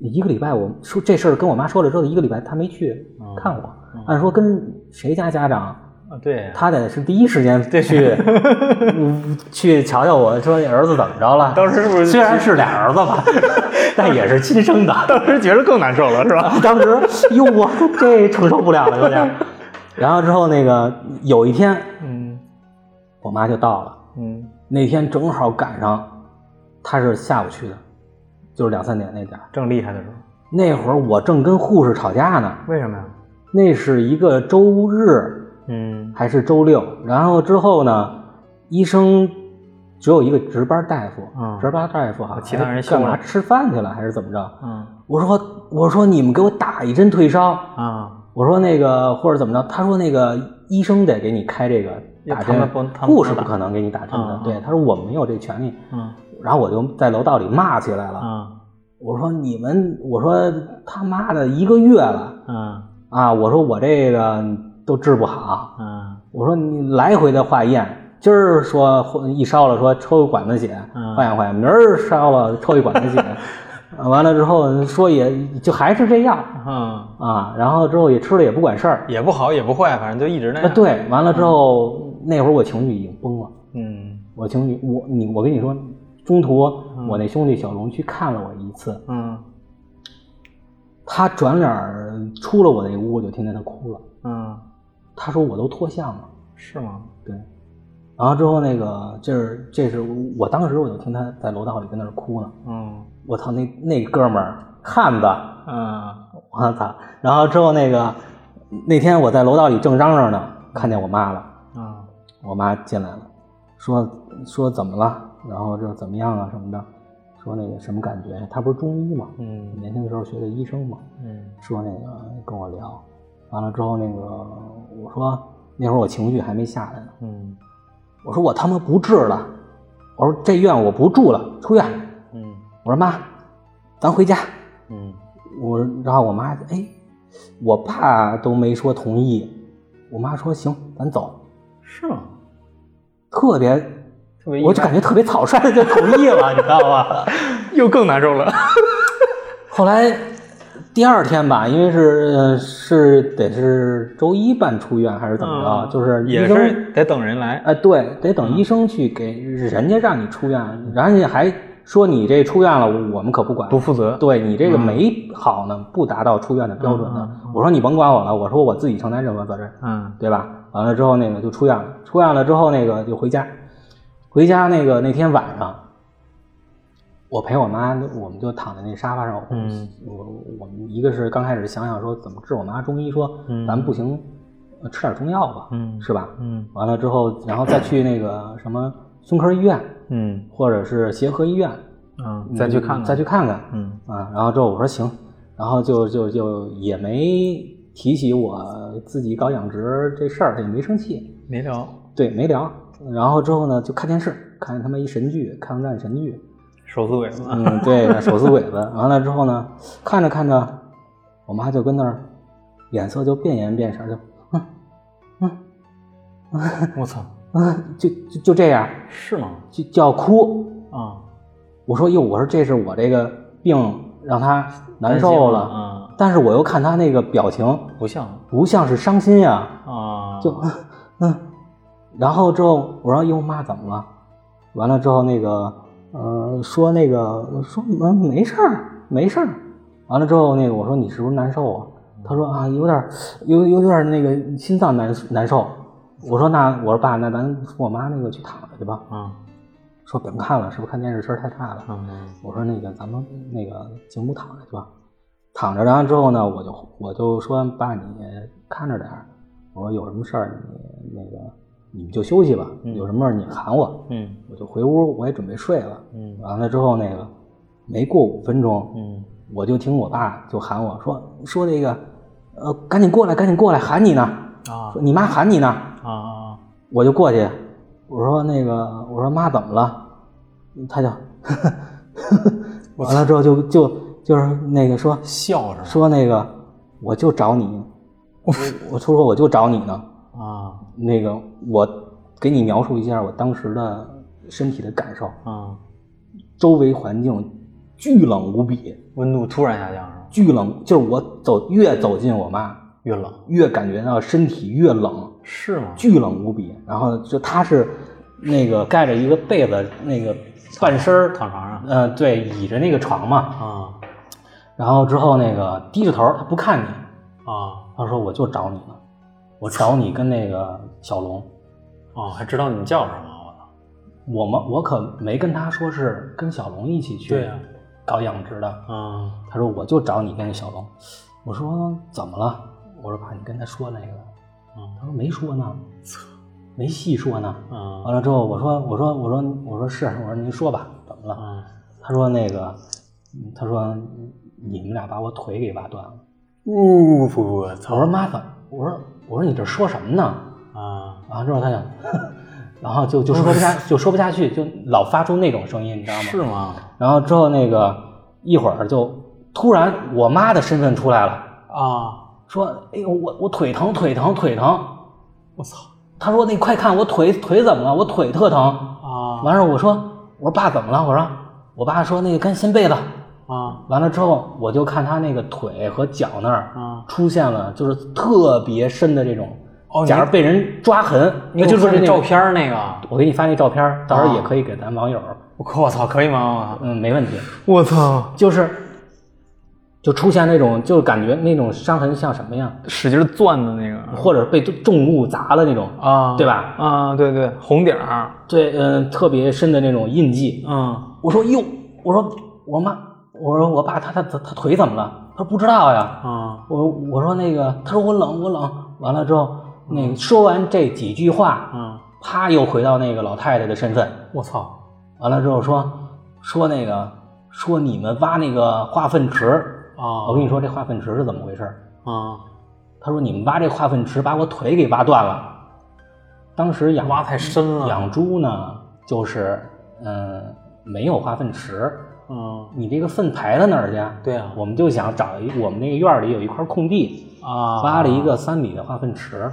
S2: 一个礼拜我说这事儿跟我妈说了之后，一个礼拜她没去
S1: 嗯
S2: 看我。
S1: 嗯
S2: 按说跟谁家家长，
S1: 啊，对啊，
S2: 他得是第一时间去 (laughs) 嗯去瞧瞧我说儿子怎么着了。
S1: 当时是不是
S2: 虽然是俩儿子吧， (laughs) 但也是亲生的。
S1: 当时觉得更难受了，是吧？
S2: 当时，哟，我这承受不了了，有点儿。然后之后那个有一天，
S1: 嗯
S2: 我妈就到了。
S1: 嗯，
S2: 那天正好赶上，他是下午去的，就是两三点那点儿。
S1: 正厉害的时候，
S2: 那会儿我正跟护士吵架呢，
S1: 为什么呀？
S2: 那是一个周日
S1: 嗯
S2: 还是周六？然后之后呢，医生只有一个值班大夫，
S1: 嗯
S2: 值班大夫哈，
S1: 其他人
S2: 还
S1: 休了
S2: 干嘛吃饭去了还是怎么着？
S1: 嗯
S2: 我说我说你们给我打一针退烧，
S1: 啊，
S2: 我说那个或者怎么着？他说那个医生得给你开这个
S1: 因为
S2: 打
S1: 他
S2: 针
S1: 们不他，们不
S2: 护士不
S1: 能打
S2: 可能给你打针的
S1: 嗯。嗯
S2: 对，他说我没有这权利。
S1: 嗯
S2: 然后我就在楼道里骂起来了，
S1: 嗯
S2: 我说你们，我说他妈的一个月了
S1: 嗯
S2: 啊！我说我这个都治不好，
S1: 嗯
S2: 我说你来回的化验，今儿说一烧了说抽一管子血
S1: 嗯
S2: 化验化验，明儿烧了抽一管子血，啊完了之后说也就还是这样
S1: 嗯，
S2: 啊，然后之后也吃了也不管事儿，
S1: 也不好也不坏，反正就一直那
S2: 啊
S1: 样。，
S2: 对，完了之后那会儿我情绪已经崩了，
S1: 嗯
S2: 我情绪我你我跟你说，中途
S1: 嗯
S2: 我那兄弟小龙去看了我一次。
S1: 嗯
S2: 他转脸儿出了我那屋，我就听见他哭了。
S1: 嗯，
S2: 他说我都脱相了，
S1: 是吗？
S2: 对。然后之后那个，这是这是我当时我就听他在楼道里跟那儿哭呢。
S1: 嗯
S2: 我操，那那哥们儿汉子，
S1: 嗯
S2: 我操！然后之后那个那天我在楼道里正嚷嚷呢，看见我妈了，
S1: 嗯
S2: 我妈进来了，说说怎么了，然后这怎么样啊什么的，说那个什么感觉？他不是中医嘛，
S1: 嗯
S2: 年轻时候学的医生嘛，
S1: 嗯
S2: 说那个跟我聊，完了之后那个我说那会儿我情绪还没下来呢，
S1: 嗯
S2: 我说我他妈不治了，我说这院我不住了，出院。
S1: 嗯
S2: 我说妈，咱回家。 (laughs)
S1: 嗯
S2: 我然后我妈哎，我爸都没说同意，我妈说行，咱走，
S1: 是吗？
S2: 特别，
S1: 特别意外
S2: 我就感觉特别草率的就同意
S1: (laughs)
S2: 了，你知道吗？
S1: 又更难受了。
S2: 后来第二天吧，因为是呃是得是周一办出院还是怎么着，
S1: 嗯
S2: 就是医
S1: 也
S2: 生
S1: 是得等人来。
S2: 哎，对，得等医生去给人家让你出院，然后人家还说你这出院了，我们可不管，
S1: 不负责
S2: 对你这个
S1: 嗯
S2: 没好呢，不达到出院的标准呢。我说你甭管我了，我说我自己承担任何责任，
S1: 嗯
S2: 对吧？完了之后那个就出院了，出院了之后那个就回家，回家那个那天晚上，我陪我妈，我们就躺在那沙发上，我
S1: 嗯
S2: 我我们一个是刚开始想想说怎么治我妈，中医说、
S1: 嗯
S2: 咱们不行，呃吃点中药吧，
S1: 嗯
S2: 是吧？
S1: 嗯
S2: 完了之后，然后再去那个什么胸科医院，
S1: 嗯
S2: 或者是协和医院，
S1: 嗯，再去看看。
S2: 再去看看，
S1: 嗯
S2: 啊，然后之后我说行，然后就就就也没提起我自己搞养殖这事儿，也没生气，
S1: 没聊
S2: 对，没聊。然后之后呢，就看电视，看他妈一神剧，抗战
S1: (laughs)
S2: 神剧，
S1: 手撕尾巴。
S2: 嗯，对，手撕鬼子。完了之后呢，看着看着，我妈就跟那儿脸色就变颜变色儿，就
S1: (laughs) 我操，
S2: 嗯，就就就这样，
S1: 是吗？
S2: 就就要哭。
S1: 啊，
S2: 我说哟，我说这是我这个病让他难
S1: 担
S2: 受
S1: 心
S2: 了，
S1: 啊，
S2: 但是我又看他那个表情，
S1: 不像
S2: 不像是伤心呀、
S1: 啊，
S2: 就嗯，然后之后我说哟妈怎么了？完了之后那个呃说那个我说没没事儿没事儿，完了之后那个我说你是不是难受啊？他说啊有点儿有有点儿那个心脏难难受。我说那我说爸那咱扶我妈那个去躺着去吧。
S1: 啊
S2: 说甭看了是不是看电视声儿太大了？
S1: 嗯
S2: 我说那个咱们那个进屋躺着去吧，躺着，然后之后呢，我就我就说爸你看着点儿，我说有什么事儿你那个你们就休息吧，
S1: 嗯
S2: 有什么事儿你喊我，
S1: 嗯
S2: 我就回屋，我也准备睡了。
S1: 嗯
S2: 完了之后那个没过五分钟，
S1: 嗯
S2: 我就听我爸就喊我说说那个呃赶紧过来赶紧过来喊你呢，
S1: 啊
S2: 说你妈喊你呢，
S1: 啊啊
S2: 我就过去，我说那个，我说妈怎么了？他就， (laughs) 完了之后就就就是那个说
S1: 笑是吧？
S2: 说那个，我就找你，我我说说我就找你呢。
S1: 啊
S2: 那个我给你描述一下我当时的身体的感受，
S1: 啊，
S2: 周围环境巨冷无比，
S1: 温度突然下降是吧？
S2: 巨冷，就是我走越走近我妈，
S1: 越冷
S2: 越感觉到身体越冷。
S1: 是吗？
S2: 巨冷无比。然后就他是那个盖着一个被子，那个半身儿
S1: 躺床上
S2: 呃，对，倚着那个床嘛。
S1: 啊
S2: 然后之后那个低着头，他不看你，
S1: 啊
S2: 他说我就找你呢，我找你跟那个小龙。
S1: 哦，还知道你叫什么？我操！
S2: 我们我可没跟他说是跟小龙一起去，
S1: 对呀啊
S2: 搞养殖的，
S1: 嗯
S2: 他说我就找你那个小龙，我说怎么了？我说爸，你跟他说那个了，
S1: 嗯
S2: 他说没说呢，没细说呢。完
S1: 嗯
S2: 了之后，我说我说我说我说是，我说您说吧，怎么了？
S1: 嗯，
S2: 他说那个，嗯他说你们俩把我腿给挖断了。
S1: 呜呼，我
S2: 我说妈的，我说我说你这说什么呢？
S1: 啊，
S2: 完了之后他就， (laughs) 然后就就说不下就说不下去，就老发出那种声音，你知道吗？
S1: 是吗？
S2: 然后之后那个一会儿就突然我妈的身份出来了。
S1: 啊，
S2: 说：“哎呦，我我腿疼，腿疼，腿疼。
S1: 我操”
S2: 他说：“那快看我腿腿怎么了？我腿特疼。”
S1: 啊
S2: 完事儿我说：“我说爸怎么了？”我说：“我爸说那个干掀被子。
S1: 啊”
S2: 完了之后，我就看他那个腿和脚那儿
S1: 啊！
S2: 出现了就是特别深的这种，
S1: 哦，
S2: 假
S1: 你
S2: 如被人抓痕，
S1: 你
S2: 就
S1: 就是是
S2: 那
S1: 那照
S2: 种。
S1: 片儿那个，
S2: 我给你发那照片儿，到时候也
S1: 啊
S2: 可以给咱网友，
S1: 我靠，我操，可以吗？
S2: 嗯，没问题。
S1: 我操，
S2: 就是就出现那种，就感觉那种伤痕像什么样，
S1: 使劲攥的那个
S2: 或者被重物砸了那种，
S1: 啊，
S2: 对
S1: 吧？
S2: 吧？
S1: 啊，对对，红点儿，
S2: 对，嗯、特别深的那种印记。
S1: 嗯
S2: 我说哟，我说我妈，我说我爸他他他他腿怎么了？他说不知道呀。
S1: 啊
S2: 我我说那个，他说我冷我冷。完了之后，那个说完这几句话，
S1: 嗯，
S2: 啪又回到那个老太太的身份。
S1: 我操
S2: 完了之后说说那个说你们挖那个化粪池，
S1: 啊！
S2: 我跟你说这化粪池是怎么回事儿？
S1: 啊，
S2: 他说你们挖这化粪池把我腿给挖断了。当时养
S1: 挖太深了，
S2: 养猪呢，就是嗯没有化粪池，
S1: 嗯，
S2: 你这个粪排到哪儿去？
S1: 对啊，
S2: 我们就想找一我们那个院儿里有一块空地，
S1: 啊，
S2: 挖了一个三米的化粪池，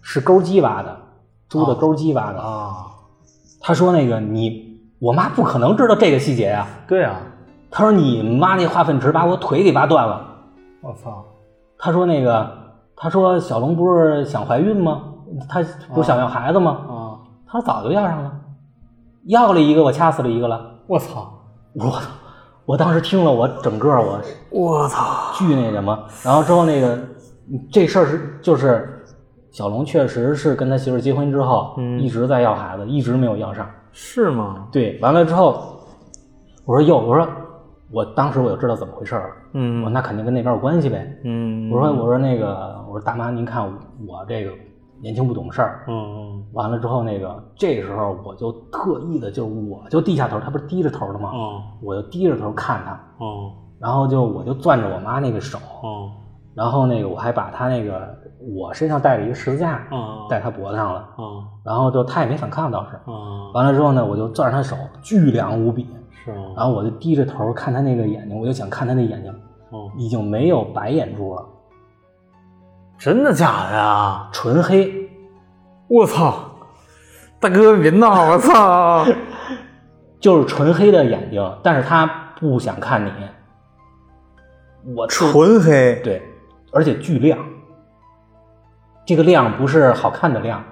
S2: 是钩机挖的，租的钩机挖的。
S1: 啊，
S2: 他说那个你我妈不可能知道这个细节呀、
S1: 对啊，
S2: 他说你妈那化粪池把我腿给挖断了。
S1: 我操，
S2: 他说那个他说小龙不是想怀孕吗？他不是想要孩子吗？
S1: 啊，
S2: 他说早就要上了，要了一个我掐死了一个了。
S1: 我操，
S2: 我操！我当时听了，我整个我
S1: 我操，
S2: 巨那什么，然后之后那个这事儿是就是小龙确实是跟他媳妇儿结婚之后，
S1: 嗯
S2: 一直在要孩子，一直没有要上。
S1: 是吗？
S2: 对，完了之后，我说哟，我说我当时我就知道怎么回事儿了，我说
S1: 嗯
S2: 那肯定跟那边有关系呗。
S1: 嗯
S2: 我说我说那个我说大妈您看我这个年轻不懂事儿，
S1: 嗯
S2: 完了之后那个这时候我就特意的就我就低下头，他不是低着头的吗？
S1: 嗯
S2: 我就低着头看他。
S1: 嗯
S2: 然后就我就攥着我妈那个手，
S1: 嗯
S2: 然后那个我还把她那个我身上带着一个十字架，
S1: 嗯，
S2: 戴她脖子上了，
S1: 嗯
S2: 然后就她也没反抗倒是。
S1: 嗯，
S2: 完了之后呢，我就攥着她手，巨凉无比，
S1: 是吗？
S2: 然后我就低着头看她那个眼睛，我就想看她那眼睛，
S1: 嗯，
S2: 已经没有白眼珠了，
S1: 真的假的啊？
S2: 纯黑。
S1: 我操，大哥别闹！我操，
S2: 就是纯黑的眼睛，但是她不想看你，
S1: 我 (laughs) 纯黑，
S2: 对，而且巨亮。这个亮不是好看的亮，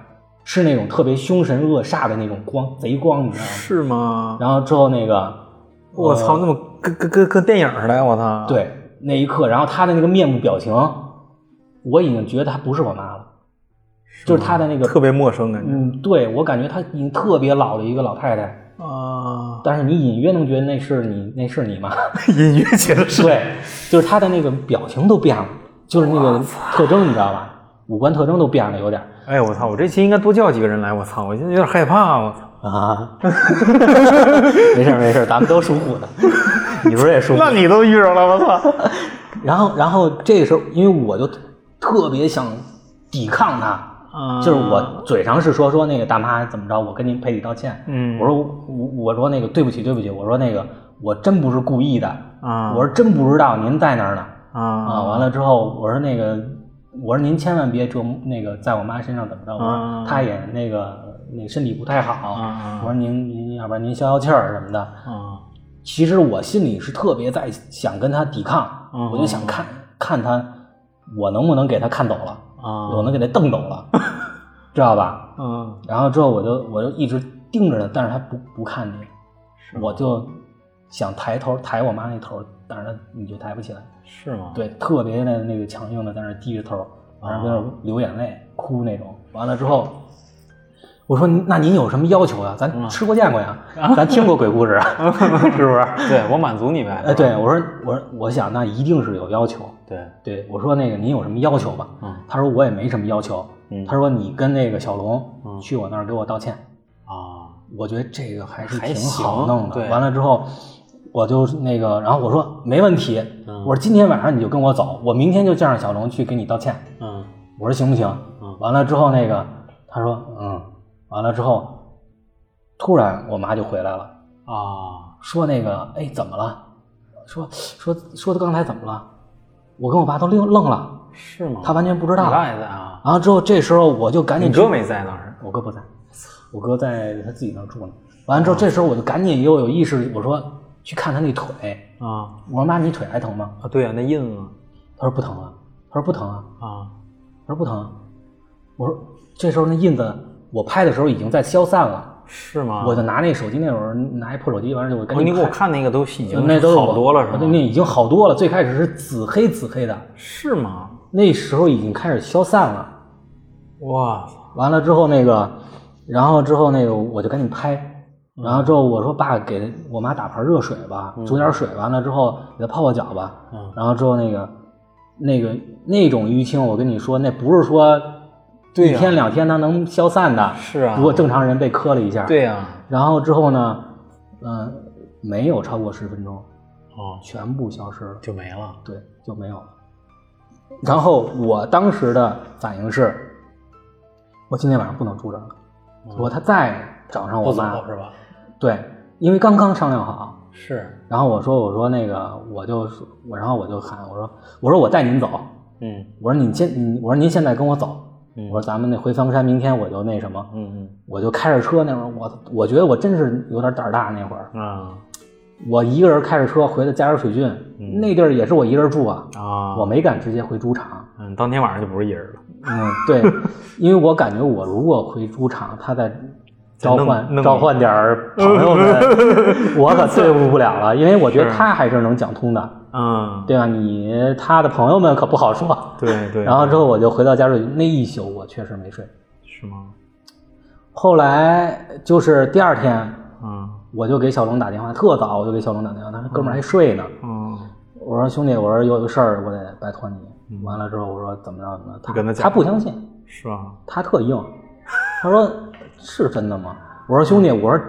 S2: 是那种特别凶神恶煞的那种光，贼光，你知道吗？
S1: 是吗？
S2: 然后之后那个，
S1: 我操，那么跟跟跟跟电影似的，我操！，
S2: 对，那一刻，然后他的那个面部表情，我已经觉得他不是我妈了，就是他的那个
S1: 特，别陌生感觉
S2: 嗯，对我感觉她已经特别老的一个老太太，
S1: (laughs) 啊，
S2: 但是你隐约能觉得那是你，那是你妈，
S1: 隐约觉得 (laughs) 是
S2: 对，就是她的那个表情都变了，就是那个特征，你知道吧？五官特征都变了，有点儿
S1: 哎呀，我操！我这期应该多叫几个人来，我操！我现在有点害怕，我操！
S2: 啊， (laughs) 没事儿没事儿，咱们都属虎的，你不是也属
S1: (laughs)
S2: 虎
S1: 那你都遇着了，我操！
S2: 然后，然后这个时候，因为我就特别想抵抗他，
S1: (laughs) 啊
S2: 就是我嘴上是说说那个大妈怎么着，我跟您赔礼道歉。
S1: 嗯
S2: 我说我我说那个对不起对不起，我说那个我真不是故意的，
S1: 啊，
S2: 我说真不知道您在那儿呢。啊，
S1: 啊
S2: 完了之后，我说那个我说您千万别折磨那个在我妈身上怎么着，我说
S1: 啊
S2: 她也那个那身体不太好，
S1: 啊
S2: 我说您您要不然您消消气儿什么的。
S1: 啊
S2: 其实我心里是特别在想跟他抵抗，
S1: 嗯
S2: 我就想看看他，我能不能给他看走了，
S1: 啊，
S2: 我能给他瞪走了，知道吧？
S1: 嗯
S2: 然后之后我就我就一直盯着他，但是他不不看你，我就想抬头抬我妈那头，但是他你就抬不起来，
S1: 是吗？ (laughs)
S2: 对，特别的那个强硬的在那儿低着头，完了在那儿流眼泪哭那种。完了之后，我说那您有什么要求呀、咱吃过见过呀？咱听过鬼故事
S1: 嗯
S2: 啊，是不是？ (laughs)
S1: 对我满足你呗。
S2: 哎，对我说，我说我想那一定是有要求。
S1: 对，
S2: 对我说那个您有什么要求吧？
S1: 嗯
S2: 他说我也没什么要求。
S1: 嗯
S2: 他说你跟那个小龙
S1: 嗯
S2: 去我那儿给我道歉。
S1: 啊，
S2: 我觉得这个还是
S1: 还
S2: 挺
S1: 行
S2: 好弄的。
S1: 对
S2: 完了之后，我就那个，然后我说没问题，
S1: 嗯
S2: 我说今天晚上你就跟我走，我明天就叫上小龙去给你道歉。
S1: 嗯
S2: 我说行不行？
S1: 嗯
S2: 完了之后那个他说嗯，完了之后，突然我妈就回来了，
S1: 啊，
S2: 说那个哎怎么了？说说说他刚才怎么了？我跟我爸都愣愣了，
S1: 是吗？
S2: 他完全不知
S1: 你
S2: 道。
S1: 爸也在啊？
S2: 然后之后这时候我就赶紧
S1: 你
S2: 去
S1: 哥没在当时？
S2: 我哥不在，我哥在他自己那儿住呢。完了之后，这时候我就赶紧又有意识，我说去看他那腿，
S1: 啊
S2: 我说妈，你腿还疼吗？
S1: 啊，对啊，那印子
S2: 他说不疼啊，他说不疼啊，
S1: 啊
S2: 他说不疼啊、我说这时候那印子我拍的时候已经在消散了，
S1: 是吗？
S2: 我就拿那手机那会儿拿一破手机，完了就我赶
S1: 啊哦，
S2: 紧
S1: 你给我
S2: 拍
S1: 看那个都已经
S2: 那都是我
S1: 好多了是啊
S2: 那
S1: 吗？
S2: 已经好多了。最开始是紫黑紫黑的，
S1: 是吗？
S2: 那时候已经开始消散了。
S1: 哇塞，
S2: 完了之后那个，然后之后那个我就赶紧拍，
S1: 嗯
S2: 然后之后我说爸给我妈打盆热水吧，煮点水，完了之后给她泡泡脚吧，
S1: 嗯
S2: 然后之后那个那个那种淤青，我跟你说那不是说
S1: 对
S2: 一
S1: 呀
S2: 天两天它能消散的，
S1: 是啊
S2: 如果正常人被磕了一下，，
S1: 对啊呀，
S2: 然后之后呢，嗯、没有超过十分钟，
S1: 哦，
S2: 全部消失了。
S1: 就没了。
S2: 对，就没有了。然后我当时的反应是，我今天晚上不能住这儿了。如果他再找上
S1: 嗯
S2: 我
S1: 不
S2: 妈
S1: 走，是吧？
S2: 对，因为刚刚商量好。
S1: 是，
S2: 然后我说我说那个我就我然后我就喊我说我说我带您走，
S1: 嗯
S2: 我说你现你我说您现在跟我走，
S1: 嗯
S2: 我说咱们那回房山明天我就那什么，
S1: 嗯
S2: 我就开着车那会儿我我觉得我真是有点胆儿大那会儿，
S1: 嗯啊
S2: 我一个人开着车回的嘉尔水郡，
S1: 嗯
S2: 那地儿也是我一个人住啊，
S1: 啊，
S2: 我没敢直接回猪场。
S1: 嗯，当天晚上就不是一人了，
S2: 嗯，对，因为我感觉我如果回猪场，他再
S1: 再
S2: 召
S1: 弄
S2: 唤
S1: 弄
S2: 召唤点儿朋友们，
S1: (laughs)
S2: 我可对付不了了，因为我觉得
S1: 是
S2: 他还是能讲通的，
S1: 嗯，
S2: 对吧？你他的朋友们可不好说。
S1: 对对，
S2: 然后之后我就回到家睡，那一宿我确实没睡。
S1: 是吗？
S2: 后来就是第二天，
S1: 嗯
S2: 我就给小龙打电话，特早我就给小龙打电话，他说哥们儿还睡呢。
S1: 嗯，
S2: 我说兄弟，我说有个事儿，我得拜托你。完了之后我说怎么着怎么着，他
S1: 跟他讲
S2: 他不相信，
S1: 是啊吧？
S2: 他特硬，他说是真的吗？我说兄弟，我说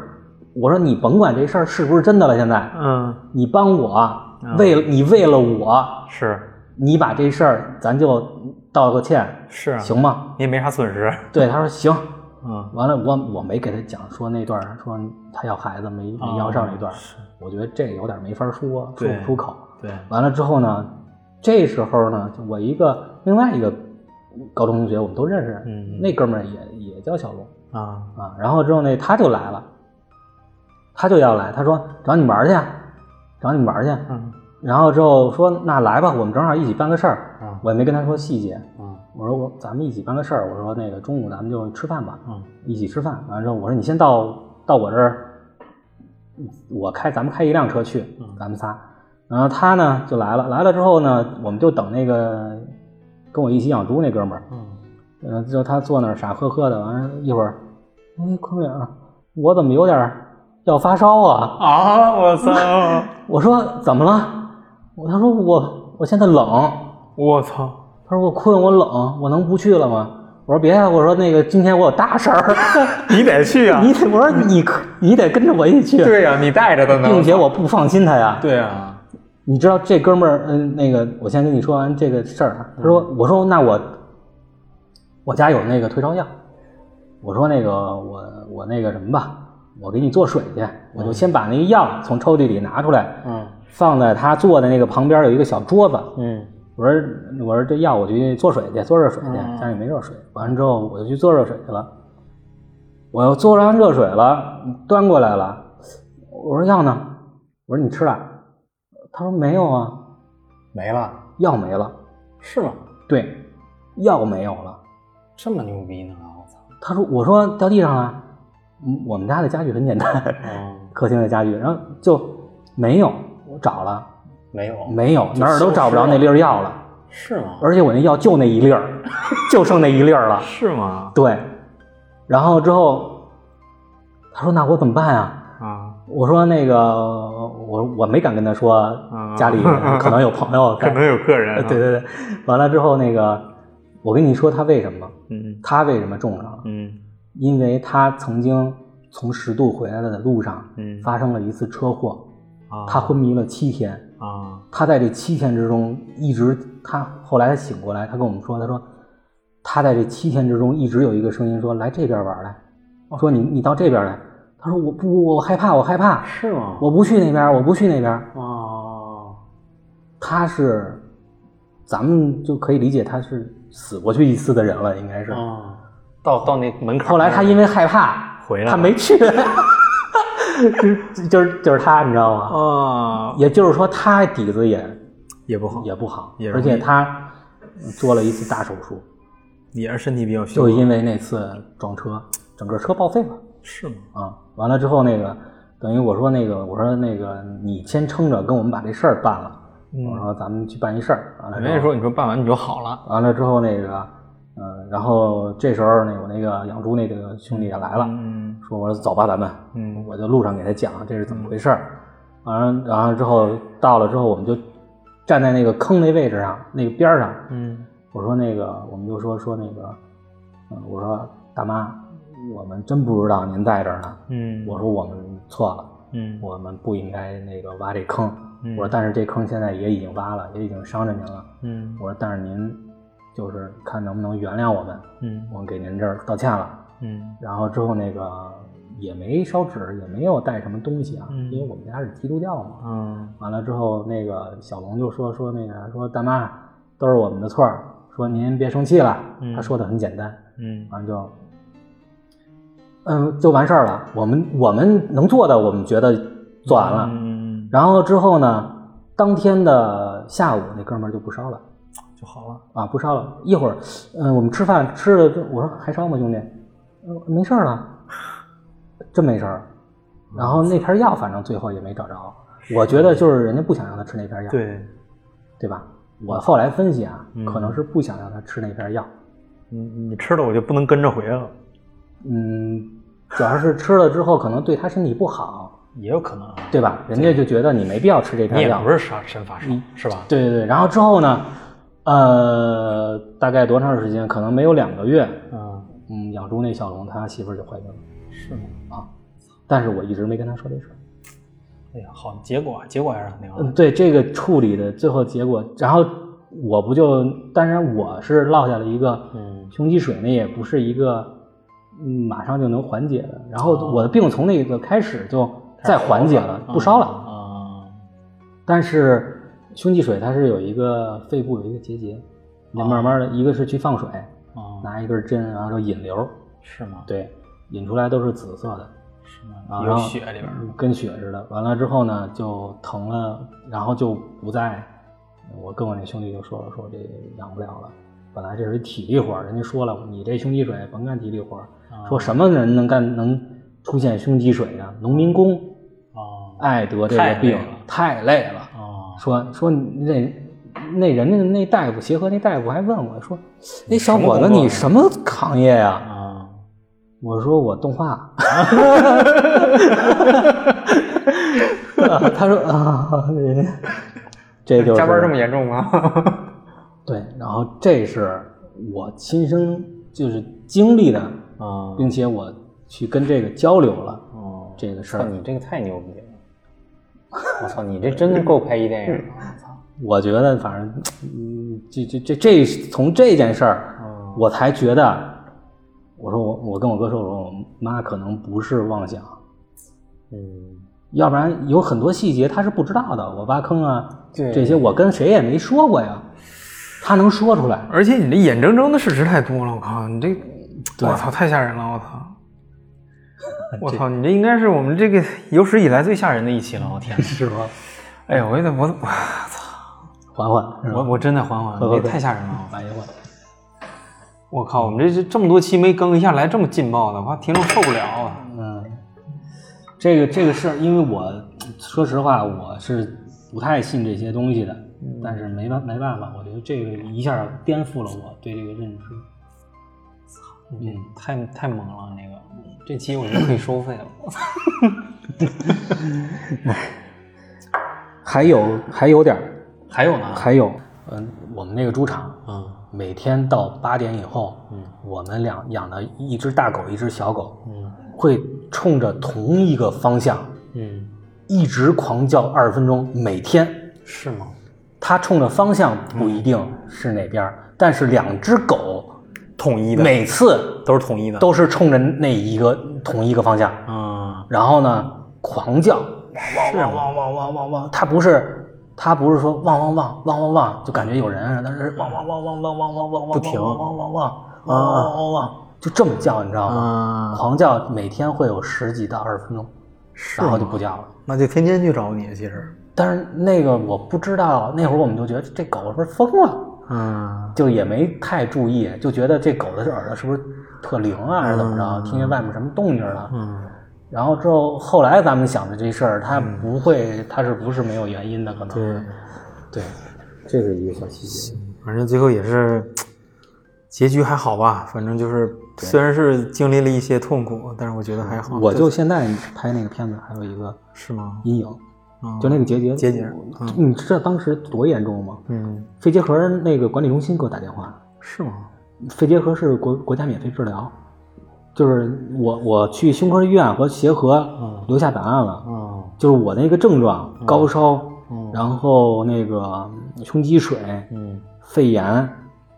S2: 我说你甭管这事儿是不是真的了，现在
S1: 嗯，
S2: 你帮我，为了你为了我，
S1: 是
S2: 你把这事儿咱就道个歉，
S1: 是啊，
S2: 行吗？
S1: 你也没啥损 (laughs) 失，
S2: 对，他说行。
S1: 嗯
S2: 完了，我我没给他讲说那段儿说他要孩子没没要上那
S1: 嗯
S2: 段儿，我觉得这有点没法说，说
S1: 哦对
S2: 不出口。
S1: 对，
S2: 完了之后呢，这时候呢，就我一个另外一个高中同学，我们都认识，
S1: 嗯嗯
S2: 那哥们儿也也叫小龙
S1: 啊
S2: 啊。然后之后那他就来了，他就要来，他说找你玩儿去，啊找你玩儿去。啊
S1: 嗯
S2: 然后之后说那来吧，我们正好一起办个事儿。
S1: 啊
S2: 我也没跟他说细节，
S1: 嗯
S2: 我说我咱们一起办个事儿，我说那个中午咱们就吃饭吧，
S1: 嗯
S2: 一起吃饭。完了之后我说你先到到我这儿，我开咱们开一辆车去
S1: 嗯，
S2: 咱们仨。然后他呢就来了，来了之后呢，我们就等那个跟我一起养猪那哥们儿，
S1: 嗯
S2: 嗯，就他坐那儿傻呵呵的，完了一会儿，哎，坤伟啊，我怎么有点儿要发烧啊？
S1: 啊，我操，
S2: 我说怎么了？我他说我我现在冷。
S1: (laughs) 我操，
S2: 他说我困，我冷，我能不去了吗？我说别呀，我说那个今天我有大事儿， (laughs)
S1: (laughs) 你得去啊，
S2: 你得我说你可你得跟着我一起去，
S1: 对呀，啊你带着的呢，
S2: 并且我不放心他呀。
S1: 对啊，
S2: 你知道这哥们儿，嗯、那个我先跟你说完这个事儿啊。他说，我说那我我家有那个退烧药，我说那个我我那个什么吧，我给你做水去，我就先把那个药从抽屉里拿出来，
S1: 嗯
S2: 放在他坐的那个旁边有一个小桌子，
S1: 嗯
S2: 我说我说这药我去做水去，做热水去，
S1: 嗯
S2: 家里没热水。完了之后我就去做热水去了，我又做完热水了，端过来了。我说药呢？我说你吃了？他说没有啊，
S1: 没了，
S2: 药没了。
S1: 是吗？
S2: 对，药没有了。
S1: 这么牛逼呢？我操，
S2: 他说我说掉地上了。嗯我们家的家具很简单，
S1: 嗯，
S2: 客厅的家具，然后就没有，我找了
S1: 没有，
S2: 没有，哪儿都找不着
S1: 消失了
S2: 那粒儿药了。
S1: 是吗？
S2: 而且我那药就那一粒儿， (laughs) 就剩那一粒儿了。
S1: 是吗？
S2: 对，然后之后他说：“那我怎么办呀、
S1: 啊，
S2: 我说那个我我没敢跟他说家里可能有朋
S3: (laughs)
S2: 友在，
S3: 啊可能有客人、啊。
S2: 呃对对对，完了之后那个我跟你说他为什么，
S3: 嗯
S2: 他为什么重伤，
S3: 嗯
S2: 因为他曾经从十渡回来的路上
S3: 嗯，
S2: 发生了一次车祸，
S3: 啊
S2: 他昏迷了七天。
S3: 啊
S2: 他在这七天之中一直，他后来他醒过来，他跟我们说，他说他在这七天之中一直有一个声音说来这边玩来，说你你到这边来。他说我不我我害怕我害怕，
S1: 是吗？
S2: 我不去那边我不去那边。
S1: 哦，
S2: 他是，咱们就可以理解他是死过去一次的人了，应该是。
S1: 哦，到到那门口儿那儿，
S2: 后来他因为害怕
S3: 回来了
S2: 他没去， (laughs) 就是就是就是他，你知道吗？
S3: 啊，
S2: 也就是说他底子也
S3: 也不好，
S2: 也不好
S3: 也，容
S2: 而
S3: 易
S2: 且他做了一次大手术，
S3: 也是身体比较虚
S2: 就
S3: 弱，
S2: 因为那次撞车，整个车报废了
S3: 是吗？
S2: 啊。完了之后，那个等于我说那个我说那个你先撑着，跟我们把这事儿办了，
S3: 嗯
S2: 我说咱哎们去办一事儿。完了
S1: 人
S2: 之
S1: 家
S2: 后
S1: 说你说办完你就好了，
S2: 完了之后那个，呃，然后这时候呢，我那个养猪那个兄弟也来了，
S3: 嗯
S2: 说我说走吧，咱们，
S3: 嗯
S2: 我就路上给他讲这是怎么回事儿。完了，然后之后到了之后，我们就站在那个坑那位置上，那个边儿上，
S3: 嗯
S2: 我说那个，我们就说说那个，呃我说大妈，我们真不知道您在这儿呢。
S3: 嗯，
S2: 我说我们错了，
S3: 嗯
S2: 我们不应该那个挖这坑。
S3: 嗯
S2: 我说但是这坑现在也已经挖了，也已经伤着您了。
S3: 嗯
S2: 我说但是您就是看能不能原谅我们，
S3: 嗯
S2: 我们给您这儿道歉了。
S3: 嗯
S2: 然后之后那个也没烧纸，也没有带什么东西啊，
S3: 嗯
S2: 因为我们家是基督教嘛。
S3: 啊
S2: 完了之后，那个小龙就说说那个说大妈都是我们的错儿，说您别生气了。
S3: 嗯
S2: 他说的很简单，
S3: 嗯
S2: 完了就，嗯，就完事儿了。我们我们能做的，我们觉得做完了。
S3: 嗯
S2: 然后之后呢，当天的下午，那哥们儿就不烧了。
S3: 就好了，
S2: 啊，不烧了。一会儿，嗯、我们吃饭吃了之后，我说还烧吗，兄弟？呃没事儿了，真没事儿。
S3: 嗯
S2: 然后那片药，反正最后也没找着。我觉得就是人家不想让他吃那片药，
S3: 对，
S2: 对吧？我后来分析啊，
S3: 嗯
S2: 可能是不想让他吃那片药。
S3: 你你吃了我就不能跟着回来了，
S2: 嗯，主要是吃了之后可能对他身体不好，
S3: 也有可能啊，
S2: 对吧？人家就觉得你没必要吃这
S3: 你
S2: 片
S3: 也
S2: 药
S3: 不。是杀真发烧是吧？
S2: 对对对。然后之后呢，呃，大概多长时间？可能没有两个月。
S3: 嗯，
S2: 嗯，养猪那小龙他媳妇儿就怀孕了。啊
S3: 是吗？
S2: 但是我一直没跟他说这事儿。
S3: 哎呀，好，结果啊结果还是很那个
S2: 嗯，
S3: 的，
S2: 对这个处理的最后结果，然后我不就，当然我是落下了一个
S3: 嗯
S2: 胸积水，那也不是一个嗯马上就能缓解的。然后我的病从那个开始就再缓解了，
S3: 嗯
S2: 不烧
S1: 嗯
S2: 了。
S3: 啊，
S2: 但是胸积水它是有一个肺部有一个结节，你就慢慢的，一个是去放水，
S3: 啊，
S2: 拿一根针，然后就引流，
S3: 是吗？
S2: 对，引出来都是紫色的。
S3: 是吗？
S2: 啊
S3: 有血里边儿，
S2: 跟血似的。完了之后呢，就疼了，然后就不再。我跟我那兄弟就说了，说这养不了了。本来这是体力活儿，人家说了，你这胸积水甭干体力活儿。
S3: 啊
S2: 说什么人能干能出现胸积水啊？农民工
S3: 啊
S2: 爱得这
S3: 太累
S2: 个病
S3: 了，
S2: 太累了。
S3: 啊，
S2: 说说你那那人家那大夫协和那大夫还问我说，哎小
S3: 什么
S2: 伙子
S3: 工作
S2: 你什么行业呀、
S3: 啊，
S2: 我说我动画，
S1: (laughs)
S2: (laughs) 啊他说啊，这这就是
S1: 加班这么严重吗？
S2: 对，然后这是我亲身就是经历的，
S3: 啊，
S2: 嗯并且我去跟这个交流了
S3: 哦，
S2: 这个事
S1: 操，
S2: 儿，
S1: 你这个太牛逼了！我操，你这真的够拍一电影的！我操，
S2: 我觉得反正嗯，这这这这从这件事儿
S3: 哦，
S2: 我才觉得，我说我我跟我哥说，我说我妈可能不是妄想，
S3: 嗯，
S2: 要不然有很多细节他是不知道的。我挖坑啊，
S1: 对
S2: 这些我跟谁也没说过呀，他能说出来。
S3: 而且你这眼睁睁的事实太多了，我靠，你这，我操，太吓人了，我操。我操！你这应该是我们这个有史以来最吓人的一期了，我天！
S2: 是吗？
S3: 哎呀，我也得我我操！
S2: 缓缓，是吧
S3: 我我真得缓缓，
S2: 喝
S3: 这
S2: 口水
S3: 太吓人了！
S2: 缓一缓。
S3: 我靠，我们这这这么多期没更，一下来这么劲爆的，我怕听众受不了啊！
S2: 嗯，这个这个事儿，因为我说实话，我是不太信这些东西的，但是没办没办法，我觉得这个一下颠覆了我对这个认知。
S3: 嗯，太太猛了，那个这期我觉得可以收费了。
S2: 还有还有点儿，
S1: 还有呢？
S2: 还有，嗯，我们那个猪场
S1: 嗯
S2: 每天到八点以后，
S1: 嗯，
S2: 我们两养的一只大狗，一只小狗，
S1: 嗯
S2: 会冲着同一个方向
S1: 嗯，
S2: 一直狂叫二十分钟，每天。
S1: 是吗？
S2: 它冲着方向不一定是哪边儿，但是两只狗
S1: 统一的，
S2: 每次
S1: 都是统一的。
S2: 都是冲着那一个同一个方向，
S1: 嗯
S2: 然后呢狂叫，汪汪汪汪汪汪汪，它不是。它不是说汪汪汪汪汪汪，就感觉有人啊，但是汪汪汪汪汪汪汪汪汪，
S1: 不停啊
S2: 汪汪汪汪汪汪汪汪，就这么叫，你知道吗？
S1: 嗯，
S2: 狂叫每天会有十几到二十分钟，然后就不叫了。
S3: 那就天天去找你，其实，
S2: 但是那个我不知道，那会儿我们就觉得这狗是不是疯了，
S1: 嗯
S2: 就也没太注意，就觉得这狗的耳朵是不是特灵啊，还是怎么着？听见外面什么动静了？
S1: 嗯，
S2: 然后之后后来咱们想的这事儿，它不会，它是不是没有原因的？可能
S1: 对，
S2: 对，
S1: 这是一个小细节。反正最后也是结局还好吧，反正就是虽然是经历了一些痛苦，但是我觉得还好。
S2: 我就现在拍那个片子还有一个
S1: 是吗？
S2: 阴影，
S1: 嗯
S2: 就那个结节
S1: 结节嗯
S2: 你知道当时多严重吗？
S1: 嗯，
S2: 肺结核那个管理中心给我打电话，
S1: 是吗？
S2: 肺结核是国国家免费治疗，就是我我去胸科医院和协和
S1: 嗯
S2: 留下档案了，
S1: 嗯
S2: 就是我那个症状，高烧，
S1: 嗯
S2: 然后那个胸积水、
S1: 嗯
S2: 肺炎，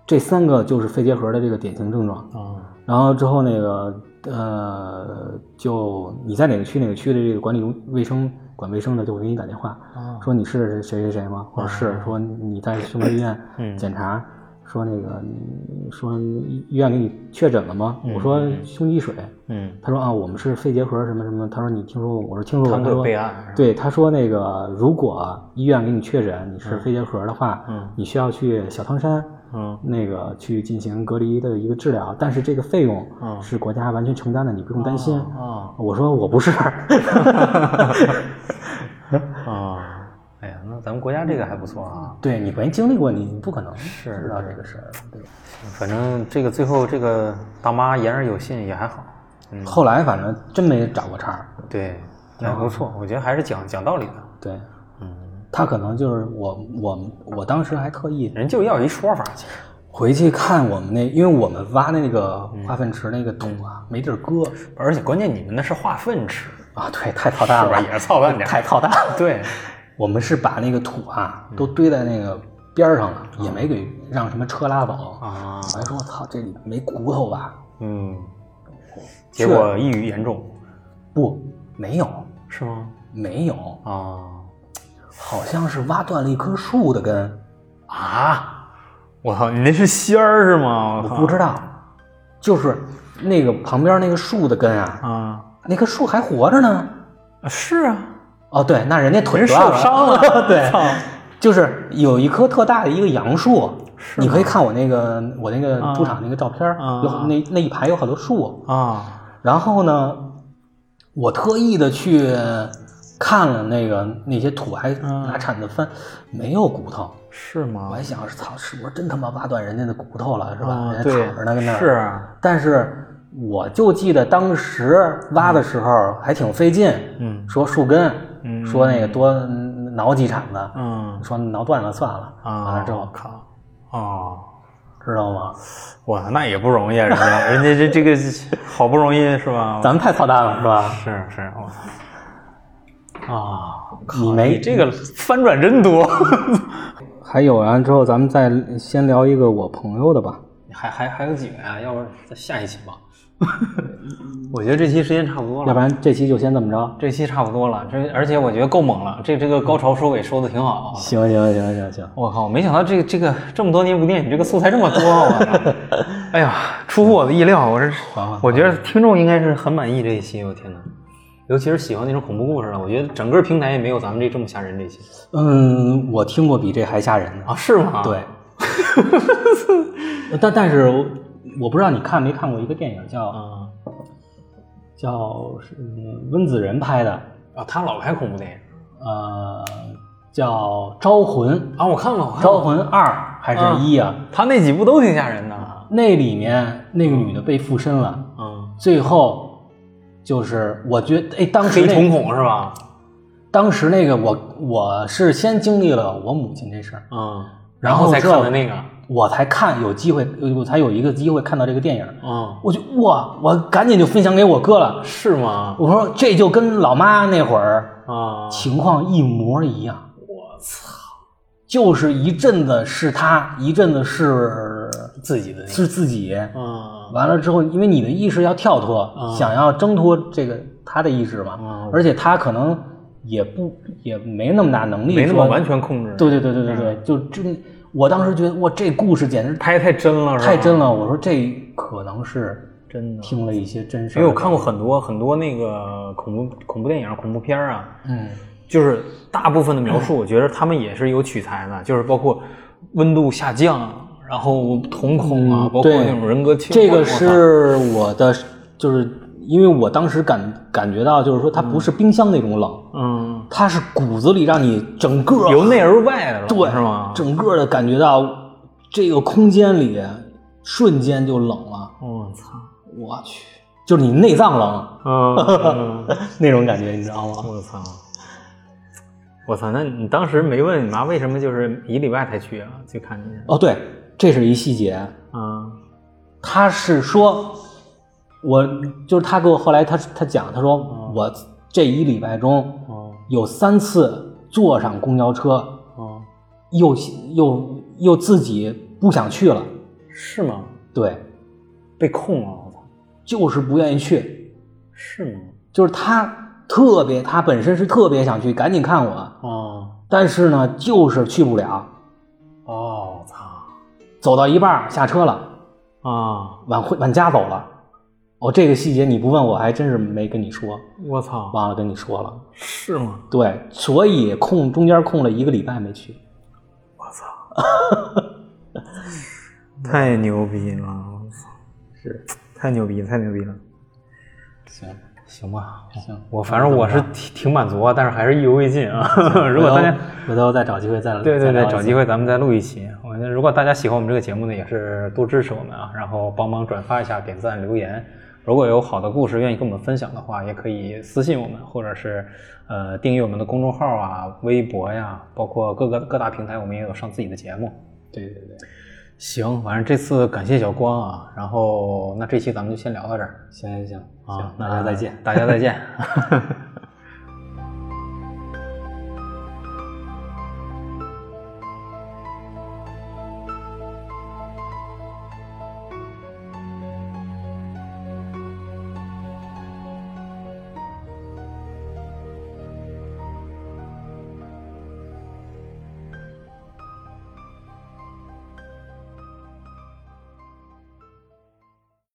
S2: 这三个就是肺结核的这个典型症状。
S1: 啊
S2: 然后之后那个呃，就你在哪个区哪个区的这个管理中卫生管卫生的就会给你打电话，
S1: 啊
S2: 说你是谁谁谁吗？或者是说你在胸科医院
S1: 嗯
S2: (clears throat) 检查，说那个嗯说医院给你确诊了吗？我说胸积水，
S1: 嗯，
S2: 他说啊，我们是肺结核什么什么，他说你听说过吗？我说听说
S1: 他
S2: 过，他
S1: 们会
S2: 说
S1: 备案，
S2: 对，他说那个如果医院给你确诊你是肺结核的话，
S1: 嗯
S2: 你需要去小汤山。
S1: 嗯
S2: 那个去进行隔离的一个治疗，但是这个费用
S1: 嗯
S2: 是国家完全承担的，你不用担心。
S1: 啊
S2: 我说我不是， (laughs)
S1: 啊，哎呀，那咱们国家这个还不错啊。
S2: 对你没经历过，你不可能
S1: 是
S2: 知道这个事儿。对，
S1: 反正这个最后这个大妈言而有信也还好，嗯，
S2: 后来反正真没找过茬儿。
S1: 对，也还不错，我觉得还是讲讲道理的，
S2: 对
S1: 嗯，
S2: 他可能就是我我我当时还特意
S1: 人就要一说法，其实
S2: 回去看我们那，因为我们挖那个
S1: 嗯
S2: 化粪池那个桶啊，没地儿搁
S1: 而且关键你们那是化粪池，
S2: 啊，对，太操蛋
S1: 是 (laughs) 吧？
S2: 了，
S1: 也是操蛋点儿，
S2: 太操蛋了。
S1: (laughs) 对，
S2: 我们是把那个土啊
S1: 嗯
S2: 都堆在那个边儿上了，也没给让什么车拉走
S1: 啊
S2: 我还说我操，这里没骨头吧？
S1: 嗯，结果抑郁严重，
S2: 不，没有，
S1: 是吗？
S2: 没有，
S1: 啊
S2: 好像是挖断了一棵树的根，
S1: 啊！我操，你那是仙儿是吗？
S2: 我
S1: 我
S2: 不知道，就是那个旁边那个树的根啊，
S1: 啊，
S2: 那棵树还活着呢。
S1: 是啊，
S2: 哦，对，那人家腿
S1: 人受
S2: 断了
S1: 伤了，
S2: (laughs) 对
S1: 操，
S2: 就是有一棵特大的一个杨树，
S1: 是
S2: 你可以
S1: 吗
S2: 看我那个我那个
S1: 啊
S2: 猪场那个照片儿，
S1: 啊
S2: 有那那一排有好多树。
S1: 啊，
S2: 然后呢，我特意的去看了那个那些土，还
S1: 嗯
S2: 拿铲子翻，没有骨头。
S1: 是吗？
S2: 我还想，操，是不是真他妈挖断人家的骨头了，是吧？
S1: 啊，
S2: 人家
S1: 对
S2: 躺着呢，跟那儿。
S1: 是。啊，
S2: 但是我就记得当时挖的时候还挺费劲，
S1: 嗯
S2: 说树根，
S1: 嗯
S2: 说那个多嗯挠几铲子，
S1: 嗯
S2: 说挠断了算了，
S1: 啊，
S2: 完了之后
S1: 靠，哦。
S2: 知道吗？
S1: 哇，那也不容易啊，人家人家这这个好不容易是吧？
S2: 咱们太操蛋了，是吧？
S1: 是哦是，我操啊，
S2: 你
S1: 你
S2: 没
S1: 这个翻转真 (laughs) 多，
S2: 还有完了之后，咱们再先聊一个我朋友的吧。
S1: 还还还有几个啊呀？要不再下一期吧？ (laughs) 我觉得这期时间差不多
S2: 要
S1: 了
S2: 不，然这期就先这么着。
S1: 这期差不多了，这而且我觉得够猛了，这这个高潮收尾收的挺好啊。
S2: 行行行行行，
S1: 我靠！没想到这个这个这么多年不见，你这个素材这么多啊！我操 (laughs)
S3: 哎呀，出乎我的意料，我是
S2: 缓缓
S3: 我觉得
S1: 听众应该是很满意这一期，我天哪！尤其是喜欢那种恐怖故事的，我觉得整个平台也没有咱们这这么吓人这一期
S2: 嗯，我听过比这还吓人的。
S1: 啊，是吗？
S2: 对， (laughs) 但但是我不知道你看没看过一个电影叫、
S1: 啊
S2: 叫是嗯温子仁拍的，
S1: 啊，他老拍恐怖电影
S2: 呃，叫《招魂》《
S1: 啊，我看了，我看了，
S2: 招魂二》还是一啊？
S1: 他那几部都挺吓人的。
S2: 那里面那个女的被附身了，
S1: 嗯
S2: 最后就是我觉得哎，当时
S1: 黑
S2: 那
S1: 瞳孔是吧？
S2: 当时那个我我是先经历了我母亲这事儿，
S1: 嗯，
S2: 然
S1: 后
S2: 后
S1: 才
S2: 之
S1: 看
S2: 后
S1: 的那个，
S2: 我才看有机会，我才有一个机会看到这个电影，
S1: 嗯，
S2: 我就哇，我赶紧就分享给我哥了。
S1: 是吗？
S2: 我说这就跟老妈那会儿
S1: 啊，
S2: 情况一模一样，
S1: 我操，
S2: 就是一阵子是他，一阵子是
S1: 自己的那个，
S2: 是自己。
S1: 嗯
S2: 完了之后，因为你的意识要跳脱，
S3: 啊
S1: 嗯
S2: 想要挣脱这个他的意识嘛，
S1: 嗯
S2: 而且他可能也不也没那么大能力，
S3: 没那么完。全嗯控制，
S2: 对对对对对对，就这，我当时觉得哇，这故事简直
S3: 拍太真了，是吧
S2: 太真，了。我说这可能是
S3: 真的。
S2: 听了一些真事
S3: 哎
S1: 因
S2: 儿。
S1: 为我看过很多很多那个恐怖恐怖电影、恐怖片儿啊，
S2: 嗯
S1: 就是大部分的描 (clears throat) 述，我觉得他们也是有取材的，就是包括温度下降啊，然后瞳孔啊，
S2: 嗯
S1: 包括
S2: 对
S1: 那种人格切换。
S2: 这个
S1: 我操
S2: 是我的，就是因为我当时感感觉到，就是说它不是冰箱那种冷，
S1: 嗯，
S2: 它是骨子里让你整个
S1: 由内而外的了，
S2: 对
S1: 是吗？
S2: 整个的感觉到这个空间里瞬间就冷了。
S1: 我操，
S2: 我去，就是你内脏冷
S1: 啊 (laughs) 嗯，
S2: (laughs) 那种感觉，你知道吗？
S1: 我操，我操，那你当时没问你妈为什么就是一礼拜才去啊？去看你？
S2: (laughs) 哦，对，这是一细节，
S1: 嗯
S2: 他是说，我就是他给我后来他他讲，他说我这一礼拜中
S1: 哦
S2: 有三次坐上公交车，
S1: 哦，
S2: 又又又自己不想去了，
S1: 是吗？
S2: 对，
S1: 被控了，我操，
S2: 就是不愿意去，
S1: 是吗？
S2: 就是他特别，他本身是特别想去，赶紧看我，
S1: 哦
S2: 但是呢，就是去不了，
S1: 哦，我操
S2: 走到一半儿下车了，
S1: 啊，
S2: 往回往家走了。哦，这个细节你不问我还真是没跟你说，
S1: 我操，
S2: 忘了跟你说了。
S1: 是吗？
S2: 对，所以空中间空了一个礼拜没去。
S3: 太牛逼了，我操！是太牛逼，太牛逼了。
S2: 行，
S1: 行吧，
S2: 行，
S1: 我反正我是挺挺满足啊，但是还是意犹未尽啊。 (laughs) 如果大家
S2: 回头再找机会再
S1: 对对对，找机
S2: 会。
S1: 会咱们再录一期。我觉得如果大家喜欢我们这个节目呢，也是多支持我们啊，然后帮忙转发一下、点赞、留言。如果有好的故事愿意跟我们分享的话，也可以私信我们，或者是呃订阅我们的公众号啊、微博呀，包括各个各大平台，我们也有上自己的节目。
S2: 对对对，
S1: 行，反正这次感谢小光啊，然后那这期咱们就先聊到这儿
S2: 行行行，
S1: 啊
S2: 行，，大家再见。
S1: 大家再见。